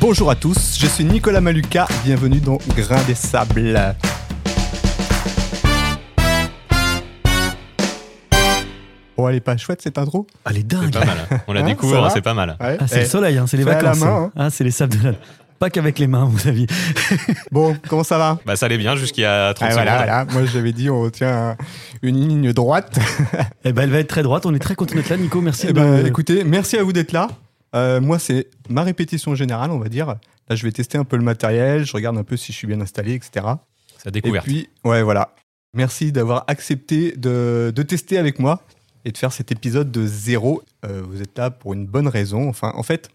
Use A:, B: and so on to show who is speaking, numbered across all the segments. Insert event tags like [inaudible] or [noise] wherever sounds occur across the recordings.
A: Bonjour à tous, je suis Nicolas Maluca, bienvenue dans Grain des Sables. Oh, elle est pas chouette cette intro
B: Elle est
C: C'est
B: dingue.
C: pas mal. hein. On
A: [laughs]
C: la
A: Hein, ça
C: découvre,
A: va
C: c'est pas mal.
A: Ouais.
B: Ah, c'est le
A: Eh,
B: soleil, hein, c'est les
A: Fais à la
B: vacances.
A: main,
B: hein.
A: hein.
B: Ah, c'est les sables de la. Pas qu'avec les mains, à mon avis.
A: Bon, comment ça va
C: Bah, ça allait bien jusqu'à 30
A: Ah,
C: secondes.
A: voilà, voilà, moi j'avais dit on tient un- une ligne droite.
B: Eh ben, elle va être très droite. On est très content d'être là, Nico. Merci.
A: Eh
B: de- euh,
A: ben, écoutez, merci à vous d'être là. Euh, moi, c'est ma répétition générale, on va dire. Là, je vais tester un peu le matériel, je regarde un peu si je suis bien installé, etc.
C: Ça
A: Et
C: découverte.
A: puis, ouais, voilà. Merci d'avoir accepté de, de tester avec moi et de faire cet épisode de zéro. Euh, vous êtes là pour une bonne raison. Enfin, en fait,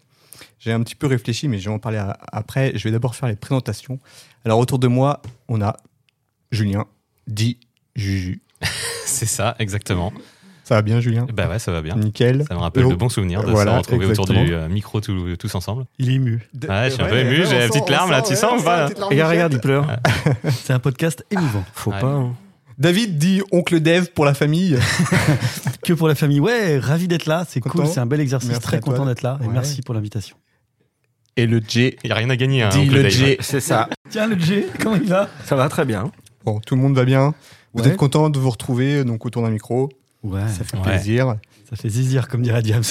A: j'ai un petit peu réfléchi, mais je vais en parler à- après. Je vais d'abord faire les présentations. Alors, autour de moi, on a Julien, dit Juju.
C: C'est ça, exactement.
A: Ça va bien, Julien
C: Bah ouais, ça va bien.
A: Nickel.
C: Ça me rappelle
A: Hello.
C: de bons souvenirs de
A: Voilà,
C: se retrouver autour du
A: exactement.
C: euh, micro tout- tous ensemble.
B: Il est ému.
C: Ouais, Ah, je suis un peu ému, j'ai la petite larme, là, tu sens ou pas, là
B: Regarde, regarde, il pleure. [laughs] c'est un podcast émouvant.
D: Faut
C: Ouais.
D: pas. hein.
A: David dit oncle Dev pour la famille.
B: Que pour la famille. Ouais, ravi d'être là. C'est
A: Content.
B: cool. C'est un bel exercice.
A: Merci à
B: très
A: toi.
B: content d'être là. Et
A: Ouais.
B: merci pour l'invitation.
A: Et le J.
C: Il n'y a rien à gagner. hein,
D: Dis
C: Oncle
D: le
C: Dave.
D: J, c'est ça.
B: Tiens, le G, comment il va
D: Ça va très bien.
A: Bon, tout le monde va bien. Vous
B: Ouais.
A: êtes content de vous retrouver donc autour d'un micro.
B: Ouais,
A: Ça fait
C: Ouais.
A: plaisir.
B: ça fait zizir, comme dirait Diams.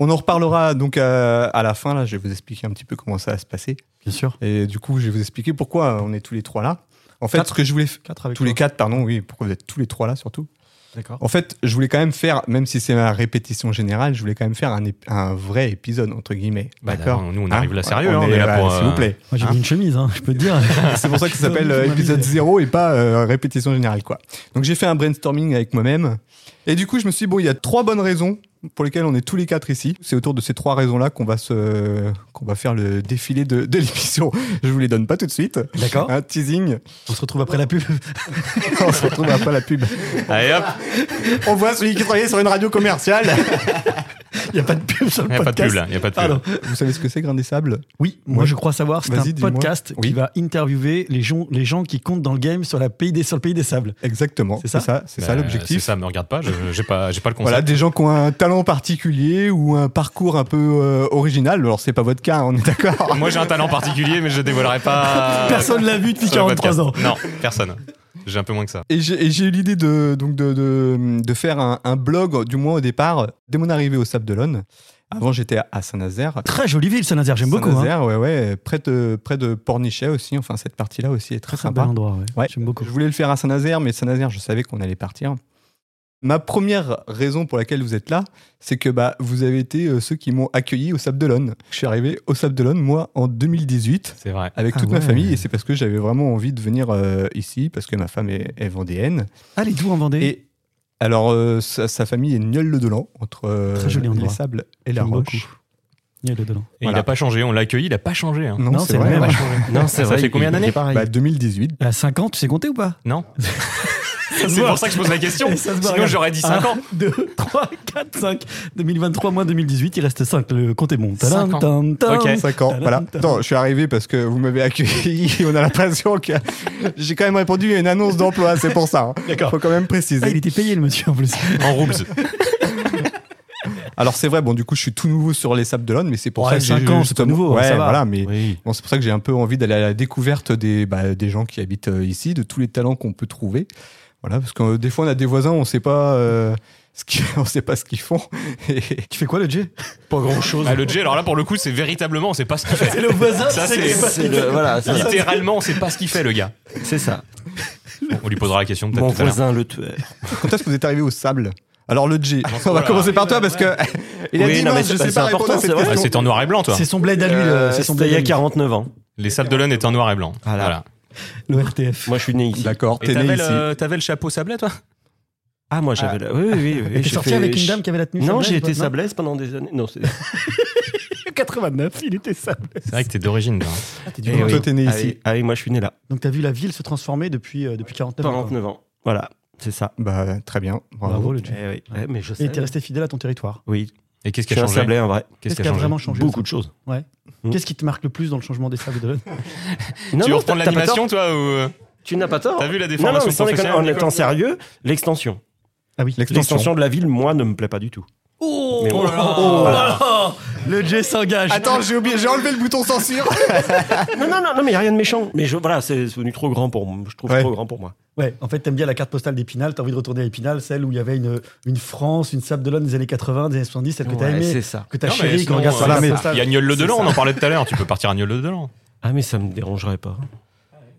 A: On en reparlera donc à, à la fin. Là, je vais vous expliquer un petit peu comment ça va se passer.
B: Bien sûr.
A: Et du coup, je vais vous expliquer pourquoi on est tous les trois là. En fait,
B: Quatre.
A: ce que je voulais f-
B: Quatre avec
A: tous les quatre, pardon, oui, pourquoi vous êtes tous les trois là surtout.
B: D'accord.
A: En fait, je voulais quand même faire, même si c'est ma répétition générale, je voulais quand même faire un, ép- un vrai épisode entre guillemets.
C: Bah,
A: D'accord.
C: là, nous, on arrive là sérieux, hein,
A: On
C: on est là
A: bah,
C: pour,
A: S'il
C: euh,
A: vous plaît.
B: Moi, j'ai
C: Hein
B: mis une chemise, hein, je peux te dire.
A: C'est pour ça que ça s'appelle euh,
B: Faut
A: épisode
B: m'amuser.
A: 0 et pas euh, répétition générale, quoi. Donc j'ai fait un brainstorming avec moi-même. Et du coup, je me suis dit, bon, il y a trois bonnes raisons pour lesquelles on est tous les quatre ici. C'est autour de ces trois raisons-là qu'on va, se... qu'on va faire le défilé de, de l'émission. Je vous les donne pas tout de suite.
B: D'accord.
A: Un teasing. [laughs]
B: On se retrouve après la pub. [laughs]
A: On se retrouve après la pub.
C: euh, Allez hop,
A: On voit celui qui travaillait sur une radio commerciale.
B: Il n'y a pas de pub sur le
C: il n'y a pas
B: podcast.
C: de pub là. Il n'y a pas de pub.
B: Pardon.
A: Vous savez ce que c'est, Grain des Sables
B: Oui, moi
A: Ouais.
B: je crois savoir, c'est
A: Vas-y,
B: un
A: dis-moi.
B: podcast
A: Oui.
B: qui va interviewer les gens, les gens qui comptent dans le game sur, la pays des, sur le pays des sables.
A: Exactement.
B: C'est ça
A: C'est ça, c'est ça
C: Bah,
A: l'objectif.
C: C'est ça, me regarde pas, je- j'ai pas, j'ai pas le
A: [laughs]
C: concept.
A: Voilà, des gens qui ont un talent particulier ou un parcours un peu euh, original. Alors, c'est pas votre cas, hein, on est d'accord.
C: Moi, j'ai un talent particulier, mais je dévoilerai pas.
A: [laughs]
B: Personne l'a vu depuis
C: sur le
B: 43 ans.
C: podcast. Non, personne. J'ai un peu moins que ça.
A: Et j'ai et j'ai eu l'idée de, donc de, de, de faire un, un blog, du moins au départ, dès mon arrivée au Sable d'Olonne. Avant, j'étais à- à Saint-Nazaire.
B: Très jolie ville Saint-Nazaire, j'aime beaucoup. hein.
A: Saint-Nazaire, ouais, ouais, près de, près de Pornichet aussi. Enfin, cette partie-là aussi est très,
B: Très bel
A: sympa.
B: endroit, ouais.
A: Ouais.
B: j'aime beaucoup.
A: Je voulais le faire à Saint-Nazaire, mais Saint-Nazaire, je savais qu'on allait partir. Ma première raison pour laquelle vous êtes là, c'est que bah, vous avez été euh, ceux qui m'ont accueilli au Sable d'Olonne. Je suis arrivé au Sable d'Olonne, moi, en 2018
C: C'est vrai.
A: avec
B: Ah
A: toute ma
B: ouais.
A: famille et c'est parce que j'avais vraiment envie de venir euh, ici parce que ma femme est, est vendéenne
B: Ah, les doux en Vendée
A: et alors, euh, sa, sa famille est Nieul-le-Dolan, entre euh,
B: Très joli endroit.
A: les sables et la
B: J'aime
A: roche.
B: Il y a le dedans.
C: Et
A: Voilà.
C: il a pas changé, on l'a accueilli, il a pas changé. hein.
B: Non, c'est le
A: vrai,
B: même.
A: ouais.
D: Non, c'est
C: Ça
D: vrai.
C: fait combien
D: il-
C: d'années
D: il est pareil.
A: Bah, 2018.
B: À 5 ans, tu sais compter ou pas
C: Non. c'est
B: voit.
C: pour ça que je pose la question.
B: Et ça se voit,
C: Sinon,
B: regarde. Ah.
C: j'aurais dit 5
B: 1,
C: ans.
B: 2, 3, 4, 5. 2023 moins 2018, il reste 5. Le compte est bon.
C: Cinq ans.
B: Tadam, tadam, tadam.
C: Ok.
A: 5 ans,
B: [laughs] Tadam,
A: voilà.
B: tadam.
A: Attends, je suis arrivé parce que vous m'avez accueilli. [laughs] On a l'impression que j'ai quand même répondu à une annonce d'emploi, c'est pour ça. Il
B: D'accord.
A: faut quand même
B: Ah, il
A: préciser.
B: était payé le monsieur en plus.
C: En roubles.
A: Alors, c'est vrai, bon, du coup, je suis tout nouveau sur les sables d'Olonne, mais c'est pour
B: Ouais,
A: ça que j'ai
B: cinq ans, c'est pas
A: justement-
B: nouveau, hein,
A: Ouais,
B: ça va.
A: voilà, mais
D: Oui.
A: Bon, c'est pour ça que j'ai un peu envie d'aller à la découverte des, bah, des gens qui habitent euh, ici, de tous les talents qu'on peut trouver. Voilà, parce que euh, des fois, on a des voisins, on sait pas euh, ce qu'ils- [laughs] on sait pas ce qu'ils font. Et
B: Tu fais quoi le J
D: Pas grand chose.
C: Ah, le J, alors là, pour le coup, c'est véritablement, on sait pas [laughs] ce qu'il fait.
B: C'est le voisin,
C: Ça,
B: tu sais
C: c'est-
B: que
D: C'est le- voilà, c'est ça.
C: Littéralement, on sait pas ce qu'il fait, le gars.
D: C'est ça.
C: Bon, on lui posera la question peut-être
D: Mon
C: tout à l'heure.
D: voisin, le tueur.
A: quand est-ce que vous êtes arrivé au sable Alors, le
D: Ah,
A: J, on va
C: voilà.
A: commencer par toi parce que [laughs] il a
D: Oui,
A: dit
D: non,
A: mince,
D: mais
A: je
D: c'est-
A: sais
D: c'est
A: pas répondre à
D: important,
A: cette
D: c'est vrai.
C: Ah,
A: question.
C: c'est en noir et blanc, toi.
B: C'est son bled à lui.
D: Euh,
B: le- C'est son
D: C'était
B: bled
D: il y
B: à
D: a
B: lui.
D: 49 ans.
C: Les sables de l'One étaient en noir et blanc.
D: Voilà.
C: Voilà.
B: Le RTF.
D: Moi, je suis né ici.
A: D'accord,
C: Et
A: t'es né
C: t'avais
A: ici.
C: le, t'avais le chapeau sablé, toi
D: Ah, moi, j'avais. la- Oui, oui, oui. oui,
B: Et
D: j'ai
B: T'es sorti
D: fait-
B: avec une
D: je-
B: dame qui avait la tenue
D: Non,
B: sablaise,
D: j'ai été
B: non
D: sablaise pendant des années. Non, c'est.
B: [laughs] 89, il était sable.
C: C'est vrai que t'es d'origine. toi.
D: Eh
A: Donc,
D: oui.
A: toi, t'es né
D: Ah
A: ici.
D: oui, Ah oui, moi, je suis né là.
B: Donc t'as vu la ville se transformer depuis, euh, depuis 49 ans. quoi.
D: 49 ans. Voilà, c'est ça.
A: Bah, très bien. Bravo.
B: Bravo le
D: Eh
B: J.
D: oui. Eh, Mais je
B: Et
D: sais.
B: t'es resté fidèle à ton territoire.
D: Oui.
C: Et qu'est-ce
D: Je
C: qui
D: suis
C: a
D: un
C: changé
D: sablé en vrai.
C: Qu'est-ce qui a changé
B: vraiment changé
D: Beaucoup de choses. Mm.
B: Qu'est-ce qui te marque le plus dans le changement des sables de
D: Non,
C: Tu veux
D: non,
C: reprendre
D: t'as- t'as pas tort.
C: l'animation, toi ou... euh,
D: Tu n'as pas tort.
C: T'as vu la
D: Non, non,
C: déformation
D: mais sans déconner,
C: professionnelle
D: en
C: Nico
D: étant sérieux, l'extension.
B: Ah oui.
A: L'extension.
D: L'extension de la ville, moi, ne me plaît pas du tout.
B: Oh,
D: Mais
B: oh là là.
D: voilà. Ah,
B: Oh là là. Le Jay s'engage.
A: Attends, j'ai oublié, j'ai enlevé le bouton censure.
D: Non, non, non, non, mais il n'y a rien de méchant. Mais je, voilà, c'est c'est devenu trop grand pour moi. Je trouve
A: Ouais.
D: trop grand pour moi.
B: Ouais, en fait, t'aimes bien la carte postale d'Épinal, t'as envie de retourner à Épinal, celle où il y avait une, une France, une sable d'Olonne des années 80, des années 70, celle que t'as
D: Ouais,
B: aimée,
D: c'est ça.
B: que t'as
C: Non, mais
B: chérie, qu'on
C: sinon,
B: regarde sur
A: voilà,
B: la
A: mais
B: carte postale.
C: Il y a Nieul le Delan,
B: C'est
C: on
B: ça.
C: en parlait tout à l'heure. Tu peux partir à Nieul le Delan.
D: Ah, mais ça me dérangerait pas.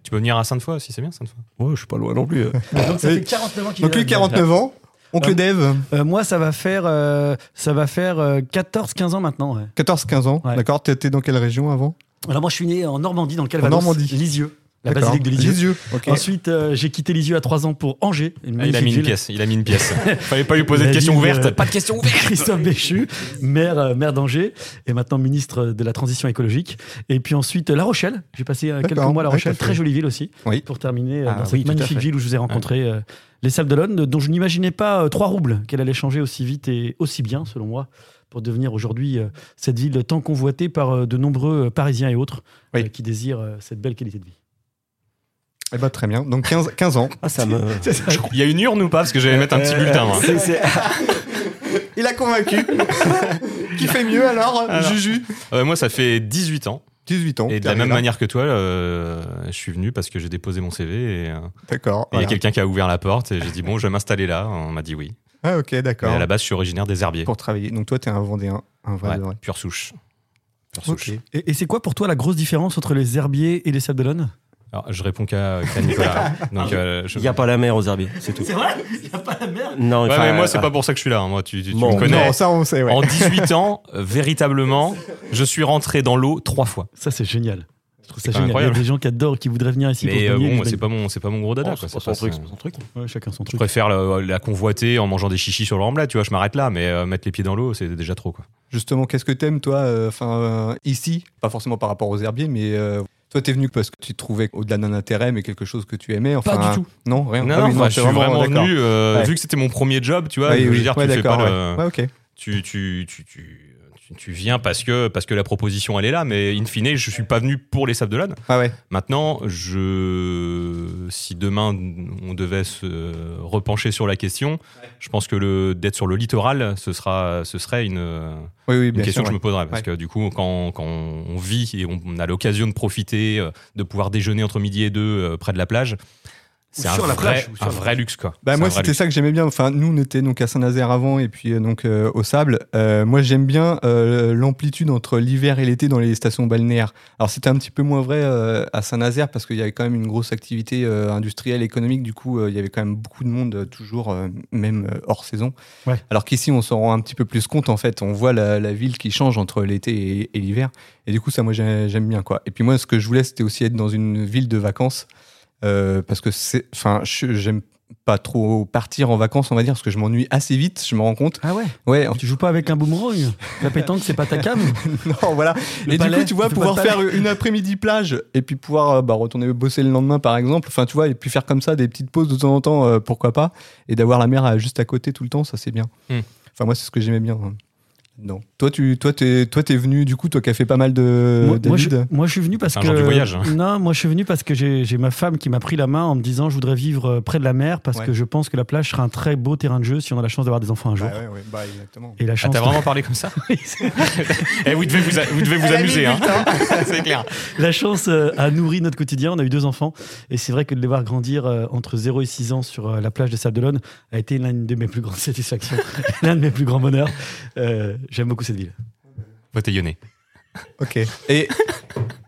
C: Tu peux venir à Sainte-Foy aussi, c'est bien Sainte-Foy.
D: Ouais, je suis pas loin non plus. hein.
B: Donc, ça
A: Oui.
B: fait 49 ans
A: [laughs]
B: qu'il
A: Donc
B: est
A: lui,
B: là.
A: 49 ans. Oncle
B: Ouais.
A: Dave,
B: Euh, moi, ça va faire, euh, ça va faire 14-15 ans maintenant. ouais.
A: 14-15 ans.
B: Ouais.
A: D'accord T'étais dans quelle région avant
B: Alors moi, je suis né en Normandie, dans le Calvados.
A: Normandie.
B: Lisieux. La
A: D'accord.
B: basilique de Lisieux.
A: Lisieux, ok.
B: Ensuite, euh, j'ai quitté Lisieux à 3 ans pour Angers. une
C: Ah, il a
B: magnifique
C: mis une
B: ville.
C: pièce. Il a mis une pièce. Fallait pas lui poser
B: La
C: de questions
B: ville,
C: ouvertes.
B: euh,
C: Pas de questions ouvertes.
B: Christophe Béchu, maire, euh, maire d'Angers et maintenant ministre de la Transition écologique. Et puis ensuite, euh, La Rochelle. J'ai passé euh, quelques
A: D'accord.
B: mois à La
A: Ouais,
B: Rochelle,
A: t'as fait.
B: très jolie ville aussi.
A: Oui.
B: Pour terminer, euh,
D: Ah
B: dans
D: oui,
B: cette
D: tout à
B: magnifique
D: fait.
B: ville où je vous ai rencontré euh, les Sables d'Olonne, dont je n'imaginais pas euh, trois roubles qu'elle allait changer aussi vite et aussi bien, selon moi, pour devenir aujourd'hui euh, cette ville tant convoitée par euh, de nombreux euh, Parisiens et autres
A: Oui.
B: euh, qui désirent euh, cette belle qualité de vie.
A: Eh ben, très bien. Donc 15, 15 ans.
D: Ah,
C: [laughs]
D: ça me.
C: Il y a une urne ou pas Parce que j'allais mettre un petit
D: Euh,
C: bulletin. moi.
D: C'est- c'est-
A: [laughs]
D: ah,
A: Il a [laughs] convaincu. Qui fait mieux alors,
C: Alors.
A: Juju
C: Euh, Moi, ça fait 18 ans.
A: 18 ans.
C: Et de la même
A: Là.
C: manière que toi, euh, je suis venu parce que j'ai déposé mon CV et euh, et
A: D'accord.
C: il y a
A: voilà.
C: quelqu'un qui a ouvert la porte et j'ai dit bon, je vais m'installer là. On m'a dit oui.
A: Ah, ok,
C: Mais
A: d'accord.
C: à la base, je suis originaire des Herbiers.
A: Pour travailler. Donc toi, t'es un Vendéen. Un vrai
C: Ouais,
A: de vrai.
C: pure souche. Pure
A: Ok.
C: souche.
B: Et, et c'est quoi pour toi la grosse différence entre les Herbiers et les Sables d'Olonne
C: Alors, je réponds qu'à
D: [laughs]
C: qu'à Nicolas. Donc, euh, je-
D: Il n'y a pas la mer aux herbiers, c'est tout.
B: vrai Il n'y a pas la merde
D: Non,
C: Ouais,
D: enfin,
C: mais moi, c'est
D: euh,
C: pas pour ça que je suis là. hein. Moi, tu, tu- tu
D: Bon.
C: me connais.
A: Non, ça on sait, ouais.
C: En 18 ans, euh, véritablement, je suis rentré dans l'eau trois fois.
B: Ça, c'est génial. Je trouve ça
C: C'est
B: génial.
C: incroyable.
B: Il y a des gens qui adorent, qui voudraient venir ici pour
C: mais
B: se
C: euh,
B: baigner,
C: bon,
B: qui se
C: c'est
B: baignent.
C: pas mon, c'est pas mon gros dada.
D: oh,
C: quoi. euh,
D: c'est
C: C'est
D: pas son
C: pas-
D: truc,
C: c'est-
D: c'est pas son truc.
B: Ouais, chacun son
C: Je
B: truc.
C: préfère la, la convoiter en mangeant des chichis sur le remblat, tu vois, je m'arrête là, mais euh, mettre les pieds dans l'eau, c'est déjà trop, quoi.
A: Justement, qu'est-ce que t'aimes, toi, euh, enfin, euh, ici Pas forcément par rapport aux herbiers, mais euh, toi, t'es venu parce que tu trouvais au-delà d'un intérêt, mais quelque chose que tu aimais. Enfin,
B: Pas du tout.
A: Non, rien.
C: Non,
A: Ah
C: non,
A: oui,
C: enfin, je
A: t'es
C: suis vraiment
A: d'accord.
C: venu, euh,
A: Ouais.
C: vu que c'était mon premier job, tu vois,
A: Ouais,
C: je veux
A: oui,
C: dire,
A: ouais,
C: tu fais pas
A: d'accord.
C: le- euh,
A: ouais. Ouais, ok.
C: tu, tu, tu, tu, tu- tu viens parce que, parce que la proposition, elle est là, mais in fine, je suis pas venu pour les Sables d'Olonne.
A: Ah ouais.
C: Maintenant, je, si demain on devait se repencher sur la question, je pense que le d'être sur le littoral, ce sera, ce serait une, une
A: Oui, oui, bien sûr,
C: question que je
A: ouais.
C: me poserais parce
A: Ouais.
C: que du coup, quand, quand on vit et on a l'occasion de profiter, euh, de pouvoir déjeuner entre midi et deux euh, près de la plage, c'est un
D: sur la
C: vrai,
D: plage, ou sur
C: un
D: la
C: vrai luxe quoi.
A: Bah
C: C'est
A: moi
C: un vrai
A: c'était ça que j'aimais bien. Enfin nous on était donc à Saint-Nazaire avant et puis euh, donc euh, au sable. Euh, moi j'aime bien euh, l'amplitude entre l'hiver et l'été dans les stations balnéaires. Alors c'était un petit peu moins vrai euh, à Saint-Nazaire parce qu'il y avait quand même une grosse activité euh, industrielle économique. Du coup euh, il y avait quand même beaucoup de monde euh, toujours euh, même euh, hors saison.
B: Ouais.
A: Alors qu'ici on s'en rend un petit peu plus compte en fait. On voit la, la ville qui change entre l'été et, et l'hiver. Et du coup ça moi j'ai- j'aime bien quoi. Et puis moi ce que je voulais c'était aussi être dans une ville de vacances. Euh, parce que c'est, enfin, je- j'aime pas trop partir en vacances, on va dire, parce que je m'ennuie assez vite, je me rends compte.
B: Ah ouais
A: Ouais, en-
B: [laughs] Tu joues pas avec un boomerang La pétanque, c'est pas ta cam
A: [laughs]
C: Euh,
A: non, voilà.
B: Le
A: et du
B: palais,
A: coup, tu vois,
B: tu fais
A: pouvoir
B: pas le
A: faire une après-midi plage et puis pouvoir euh, bah, retourner bosser le lendemain, par exemple. Enfin, tu vois, et puis faire comme ça des petites pauses de temps en temps, euh, pourquoi pas. Et d'avoir la mer euh, juste à côté tout le temps, ça c'est bien.
C: Hmm.
A: Enfin, moi, c'est ce que j'aimais bien. hein, là-dedans. Toi, tu, toi, t'es, toi, t'es venu du coup, toi qui as fait pas mal de,
B: moi, moi, je,
A: David.
B: moi, je suis venu parce
C: Un
B: que.
C: genre du voyage, hein.
B: Non, moi, je suis venu parce que j'ai j'ai ma femme qui m'a pris la main en me disant je voudrais vivre euh, près de la mer parce
A: Ouais.
B: que je pense que la plage sera un très beau terrain de jeu si on a la chance d'avoir des enfants un jour.
A: Bah ouais, ouais, bah, exactement.
B: Et la
C: Ah,
B: chance.
C: t'as vraiment parlé comme ça [laughs] Eh, vous devez vous, a- vous devez vous amuser, hein. [laughs] c'est clair.
B: [laughs] La chance euh, a nourri notre quotidien. On a eu deux enfants. Et c'est vrai que de les voir grandir euh, entre 0 et 6 ans sur euh, la plage des Sables d'Olonne a été l'une de mes plus grandes [laughs] satisfactions, l'un de mes plus grands bonheurs. Euh, J'aime beaucoup cette ville.
C: Votez Yoné.
A: Ok. Et, [laughs]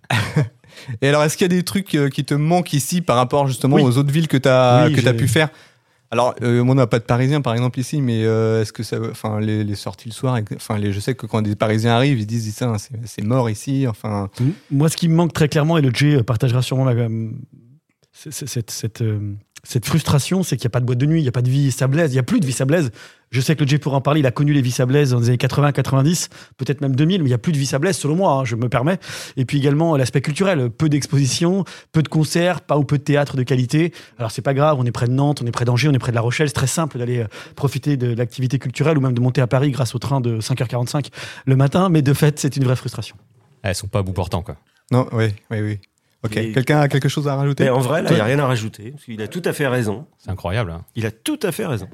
A: et alors, est-ce qu'il y a des trucs euh, qui te manquent ici par rapport justement
B: Oui.
A: aux autres villes que tu as,
B: Oui,
A: que t'as
B: j'ai-
A: pu faire Alors, euh, on n'a pas de Parisiens par exemple ici, mais euh, est-ce que ça. Enfin, les, les sorties le soir, et que- enfin, les, je sais que quand des Parisiens arrivent, ils disent ça, c'est c'est mort ici. Enfin,
B: Moi, ce qui me manque très clairement, et le Jay partagera sûrement la, euh, c- c- cette, cette, euh, cette frustration, c'est qu'il n'y a pas de boîte de nuit, il n'y a pas de vie sablaise, il n'y a plus de vie sablaise. Je sais que le Jay pourra en parler, il a connu les vies sablaises dans les années 80, 90, peut-être même 2000, mais il n'y a plus de vie sablaise, selon moi, hein, je me permets. Et puis également euh, l'aspect culturel, peu d'expositions, peu de concerts, pas ou peu de théâtre de qualité. Alors c'est pas grave, on est près de Nantes, on est près d'Angers, on est près de La Rochelle, c'est très simple d'aller euh, profiter de l'activité culturelle ou même de monter à Paris grâce au train de 5h45 le matin, mais de fait, c'est une vraie frustration.
C: Elles sont pas à bout portant, quoi.
A: non, oui, oui, oui. Ok.
D: Mais-
A: Quelqu'un a quelque chose à rajouter
D: Mais en vrai, là, il n'y a rien à rajouter. Parce qu'il a tout à fait raison.
C: C'est incroyable. hein.
D: Il a tout à fait raison.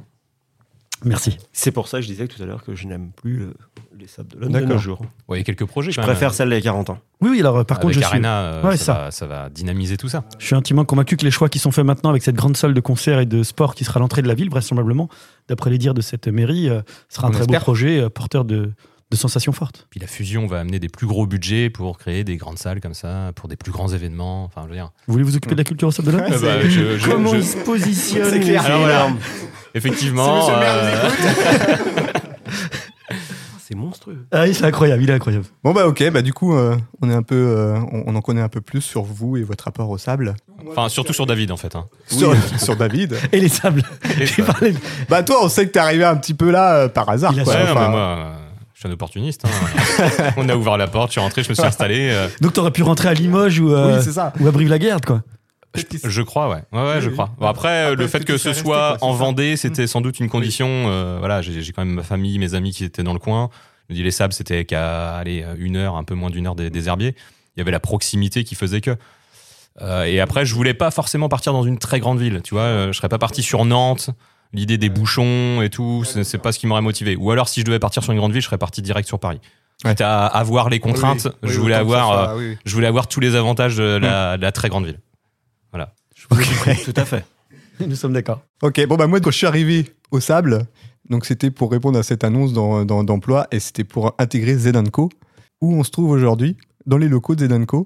B: Merci.
D: C'est pour ça que je disais tout à l'heure que je n'aime plus euh, les sables de Londres de
A: D'accord.
D: nos jours.
C: Ah, Ouais, Il y a quelques projets.
D: Je
C: quand même.
D: préfère celle des 40 ans.
B: Oui, oui, alors euh, par
C: Avec
B: contre, je suis,
C: Arena, euh,
B: Ouais,
C: ça,
B: ça.
C: Va, ça va dynamiser tout ça.
B: je suis intimement convaincu que les choix qui sont faits maintenant avec cette grande salle de concert et de sport qui sera à l'entrée de la ville, vraisemblablement, d'après les dires de cette mairie, euh, sera un
A: On
B: très beau
A: espère.
B: projet euh, porteur de, de sensations fortes.
C: Puis la fusion va amener des plus gros budgets pour créer des grandes salles comme ça, pour des plus grands événements. Enfin, je veux dire.
B: Vous voulez vous occuper de la culture au Sable de
C: Ah
B: l'Olympe
C: bah, je- je- je-
D: se positionne
A: C'est clair.
C: Alors voilà. Effectivement. euh,
D: C'est monstrueux.
B: Ah oui, c'est incroyable, il est incroyable.
A: Bon bah ok, bah du coup euh, on est un peu, euh, on, on en connaît un peu plus sur vous et votre rapport au sable,
C: Enfin, surtout sur David en fait. hein.
A: sur, [laughs] sur David.
B: Et les sables.
C: Et
B: J'ai
C: ça.
B: parlé de-
A: Bah toi on sait que t'es arrivé un petit peu là euh, par hasard.
B: Il a
A: quoi,
C: Ouais, non,
A: enfin,
C: mais moi, euh, je suis un opportuniste. hein. On a ouvert la porte, je suis rentré, je me suis installé. euh,
B: Donc t'aurais pu rentrer à Limoges ou, euh,
A: Oui c'est ça.
B: ou à Brive-la-Garde, quoi.
C: je crois, ouais. Ouais, ouais, je
A: Oui,
C: crois.
A: oui.
C: Bon, après, euh,
A: Après,
C: le fait
A: tout
C: que
A: est
C: ce
A: resté,
C: soit
A: quoi, c'est
C: en
A: ça. Mm.
C: Vendée, c'était sans doute une condition. euh, voilà, j'ai j'ai quand même ma famille, mes amis qui étaient dans le coin. Je dis les sables, c'était qu'à aller une heure, un peu moins d'une heure des, des herbiers. Il y avait la proximité qui faisait que. Euh, et après, je voulais pas forcément partir dans une très grande ville. Tu vois, euh, je serais pas parti sur Nantes. L'idée des bouchons et tout, c'est c'est pas ce qui m'aurait motivé. Ou alors, si je devais partir sur une grande ville, je serais parti direct sur Paris.
A: Ouais.
C: Quitte à avoir les contraintes,
A: Oui, oui,
C: je voulais
A: autant que ça
C: avoir. euh,
A: soit, Mm. oui.
C: je voulais avoir tous les avantages de la, de la très grande ville.
D: Tout à fait.
B: Nous sommes d'accord.
A: Ok, bon bah moi quand je suis arrivé au sable, donc c'était pour répondre à cette annonce dans- dans- d'emploi et c'était pour intégrer Zedanco, où on se trouve aujourd'hui, dans les locaux de Zedanco.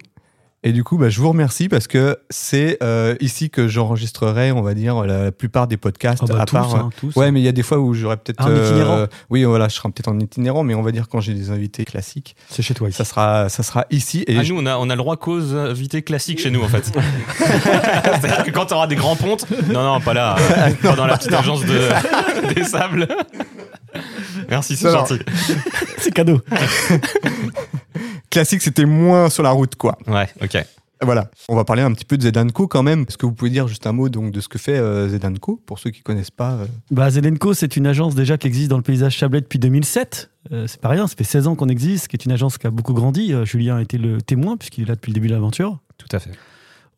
A: Et du coup, bah, je vous remercie parce que c'est euh, ici que j'enregistrerai, on va dire, la, plupart des podcasts.
B: Ah bah,
A: à
B: tous,
A: part, euh,
B: hein, tous.
A: Ouais, mais il y a des fois où j'aurais peut-être. euh,
B: Ah, en itinérant.
A: oui, voilà, je serai peut-être en itinérant, mais on va dire quand j'ai des invités classiques,
B: C'est chez
A: [laughs]
B: toi ici.
A: ça sera, ça sera ici. Et
C: Ah,
A: je-
C: nous, on a, on a le droit cause invité classique chez nous, en [laughs] fait. C'est-à-dire que quand t'auras des grands pontes, non, non, pas [laughs] là, euh, pas dans la petite agence [laughs] de, des sables. Merci, c'est
A: Non,
C: gentil.
B: C'est cadeau.
A: classique, c'était moins sur la route, quoi.
C: Ouais, ok.
A: Voilà. On va parler un petit peu de Zedanco quand même. Est-ce que vous pouvez dire juste un mot donc de ce que fait euh, Zedanco pour ceux qui connaissent pas euh,
B: Bah, Zelenko, c'est une agence déjà qui existe dans le paysage chablais depuis 2007. Euh, c'est pas rien, ça fait 16 ans qu'on existe, qui est une agence qui a beaucoup grandi. Euh, Julien a été le témoin, puisqu'il est là depuis le début de l'aventure.
C: Tout à fait.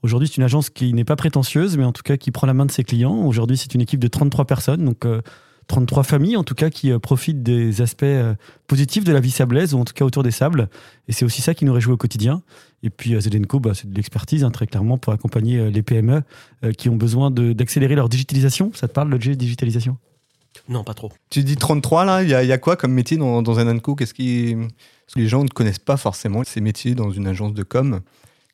B: Aujourd'hui, c'est une agence qui n'est pas prétentieuse, mais en tout cas qui prend la main de ses clients. Aujourd'hui, c'est une équipe de 33 personnes, donc euh, 33 familles en tout cas qui euh, profitent des aspects euh, positifs de la vie sablaise, ou en tout cas autour des sables. Et c'est aussi ça qui nous réjouit au quotidien. Et puis euh, Zelenco, bah, c'est de l'expertise, hein, très clairement, pour accompagner euh, les PME euh, qui ont besoin de- d'accélérer leur digitalisation. Ça te parle, le G, digitalisation
D: Non, pas trop.
A: Tu dis 33 là, il y, a- il y a quoi comme métier dans, dans Zedanco Qu'est-ce qui parce que les gens ne connaissent pas forcément ces métiers dans une agence de com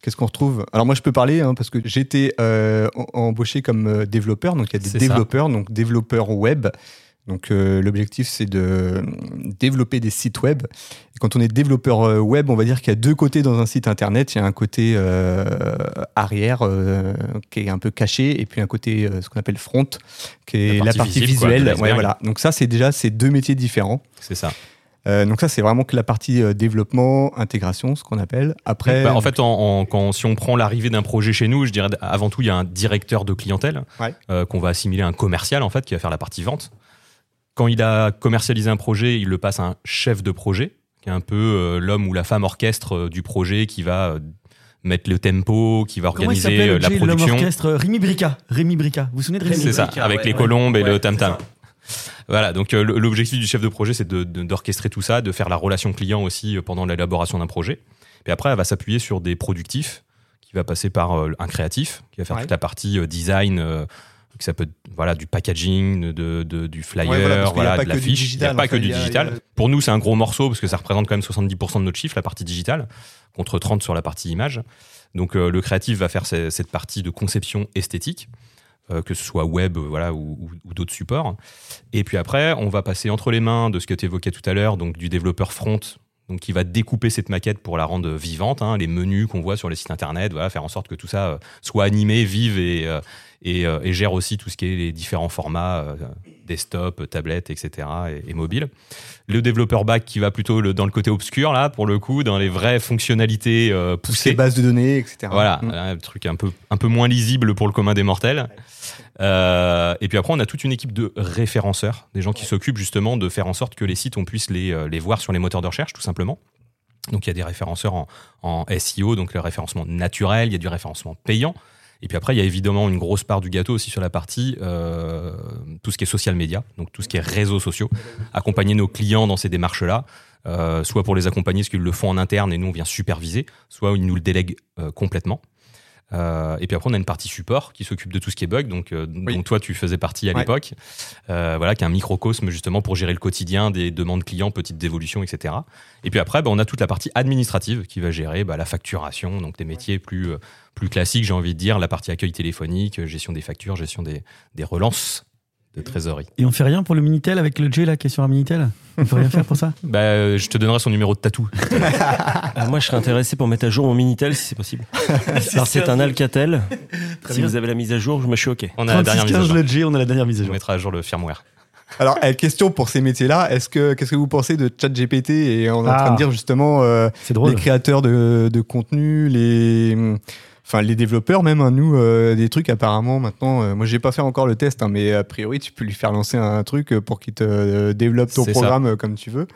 A: Qu'est-ce qu'on retrouve Alors moi je peux parler hein, parce que j'ai été euh, en- embauché comme euh, développeur, donc il y a des
C: C'est ça.
A: développeurs, donc développeurs web. Donc euh, l'objectif c'est de développer des sites web. Et quand on est développeur euh, web, on va dire qu'il y a deux côtés dans un site internet. Il y a un côté euh, arrière euh, qui est un peu caché et puis un côté euh, ce qu'on appelle front qui est
C: La
A: la
C: partie
A: partie,
C: visible, quoi, de
A: visuelle.
C: l'iceberg.
A: Ouais, voilà. Donc ça c'est déjà ces deux métiers différents.
C: C'est ça.
A: Euh, donc ça c'est vraiment que la partie euh, développement, intégration, ce qu'on appelle. Après,
C: Bah, en fait, en, en- quand, si on prend l'arrivée d'un projet chez nous, je dirais d- avant tout, il y a un directeur de clientèle
A: Ouais.
C: euh, qu'on va assimiler à un commercial, en fait, qui va faire la partie vente. Quand il a commercialisé un projet, il le passe à un chef de projet, qui est un peu euh, l'homme ou la femme orchestre euh, du projet, qui va euh, mettre le tempo, qui va
B: Comment il
C: organiser
B: s'appelle
C: euh,
B: le G,
C: la
B: l'homme
C: production.
B: orchestre euh, Rémi Brica. Rémi Brica. Vous vous souvenez de Rémi
C: C'est ça,
D: Brica,
C: avec
D: ouais,
C: les
D: ouais.
C: colombes et
D: Ouais,
C: le tam-tam.
D: c'est
C: [laughs] Voilà, donc euh, le- l'objectif du chef de projet, c'est de- de- d'orchestrer tout ça, de faire la relation client aussi euh, pendant l'élaboration d'un projet. Et après, elle va s'appuyer sur des productifs, qui va passer par euh, un créatif, qui va faire
A: Ouais.
C: toute la partie euh, design, euh, que ça peut être, voilà, du packaging, de, de- du flyer,
A: Ouais, voilà,
C: voilà,
A: parce qu'il y a pas
C: de
A: que du
C: l'affiche. Il n'y
A: digital,
C: a pas
A: en
C: que
A: fait,
C: du
A: il y a-
C: digital.
A: il y a-
C: Pour nous, c'est un gros morceau, parce que ça représente quand même 70% de notre chiffre, la partie digitale, contre 30% sur la partie image. Donc euh, le créatif va faire ce- cette partie de conception esthétique euh, que ce soit web euh, voilà, ou, ou- ou d'autres supports. Et puis après, on va passer entre les mains de ce que tu évoquais tout à l'heure, donc du développeur front, donc qui va découper cette maquette pour la rendre vivante, hein, les menus qu'on voit sur les sites internet, voilà, faire en sorte que tout ça euh, soit animé, vive et, euh, et, euh, et gère aussi tout ce qui est les différents formats, euh, desktop, tablette, etc. et, et mobile. Le développeur back qui va plutôt le- dans le côté obscur, là, pour le coup, dans les vraies fonctionnalités euh,
A: tout ce qui est
C: poussées.
A: base de données, etc.
C: Voilà,
A: Mm.
C: un truc un peu, un peu moins lisible pour le commun des mortels. Euh, et puis après, on a toute une équipe de référenceurs, des gens qui s'occupent justement de faire en sorte que les sites, on puisse les, euh, les voir sur les moteurs de recherche, tout simplement. Donc il y a des référenceurs en, en SEO, donc le référencement naturel, il y a du référencement payant. Et puis après, il y a évidemment une grosse part du gâteau aussi sur la partie euh, tout ce qui est social media, donc tout ce qui est réseaux sociaux, accompagner nos clients dans ces démarches-là, euh, soit pour les accompagner, ce qu'ils le font en interne et nous on vient superviser, soit ils nous le délèguent euh, complètement. Euh, et puis après, on a une partie support qui s'occupe de tout ce qui est bug, donc euh,
A: Oui.
C: dont toi tu faisais partie à
A: Ouais.
C: l'époque, Euh, voilà, qui est un microcosme justement pour gérer le quotidien des demandes clients, petites évolutions, etc. Et puis après, bah, on a toute la partie administrative qui va gérer bah, la facturation, donc des métiers plus euh, plus classiques, j'ai envie de dire, la partie accueil téléphonique, euh, gestion des factures, gestion des, des relances de trésorerie.
B: Et on fait rien pour le Minitel avec le J là qui est sur un Minitel On peut rien faire pour ça
C: Bah, euh, je te donnerai son numéro de tatou.
D: Ah, moi, je serais intéressé pour mettre à jour mon Minitel si [laughs] c'est possible. Alors, c'est un Alcatel. si
B: bien.
D: vous avez la mise à jour, je me suis OK.
C: On a [laughs] la dernière mise à
B: 36-15
C: jour.
B: le J, on a la dernière mise à
C: On
B: jour.
C: mettra à jour le firmware.
A: Alors, euh, question pour ces métiers-là, est-ce que qu'est-ce que vous pensez de ChatGPT et on est en
B: Ah.
A: train de dire justement euh,
B: C'est drôle.
A: les créateurs de, de contenu, les enfin les développeurs même hein, nous euh, des trucs apparemment maintenant euh, moi j'ai pas fait encore le test hein, mais a priori tu peux lui faire lancer un truc euh, pour qu'il te euh, développe ton
C: C'est ça.
A: programme euh, comme tu veux.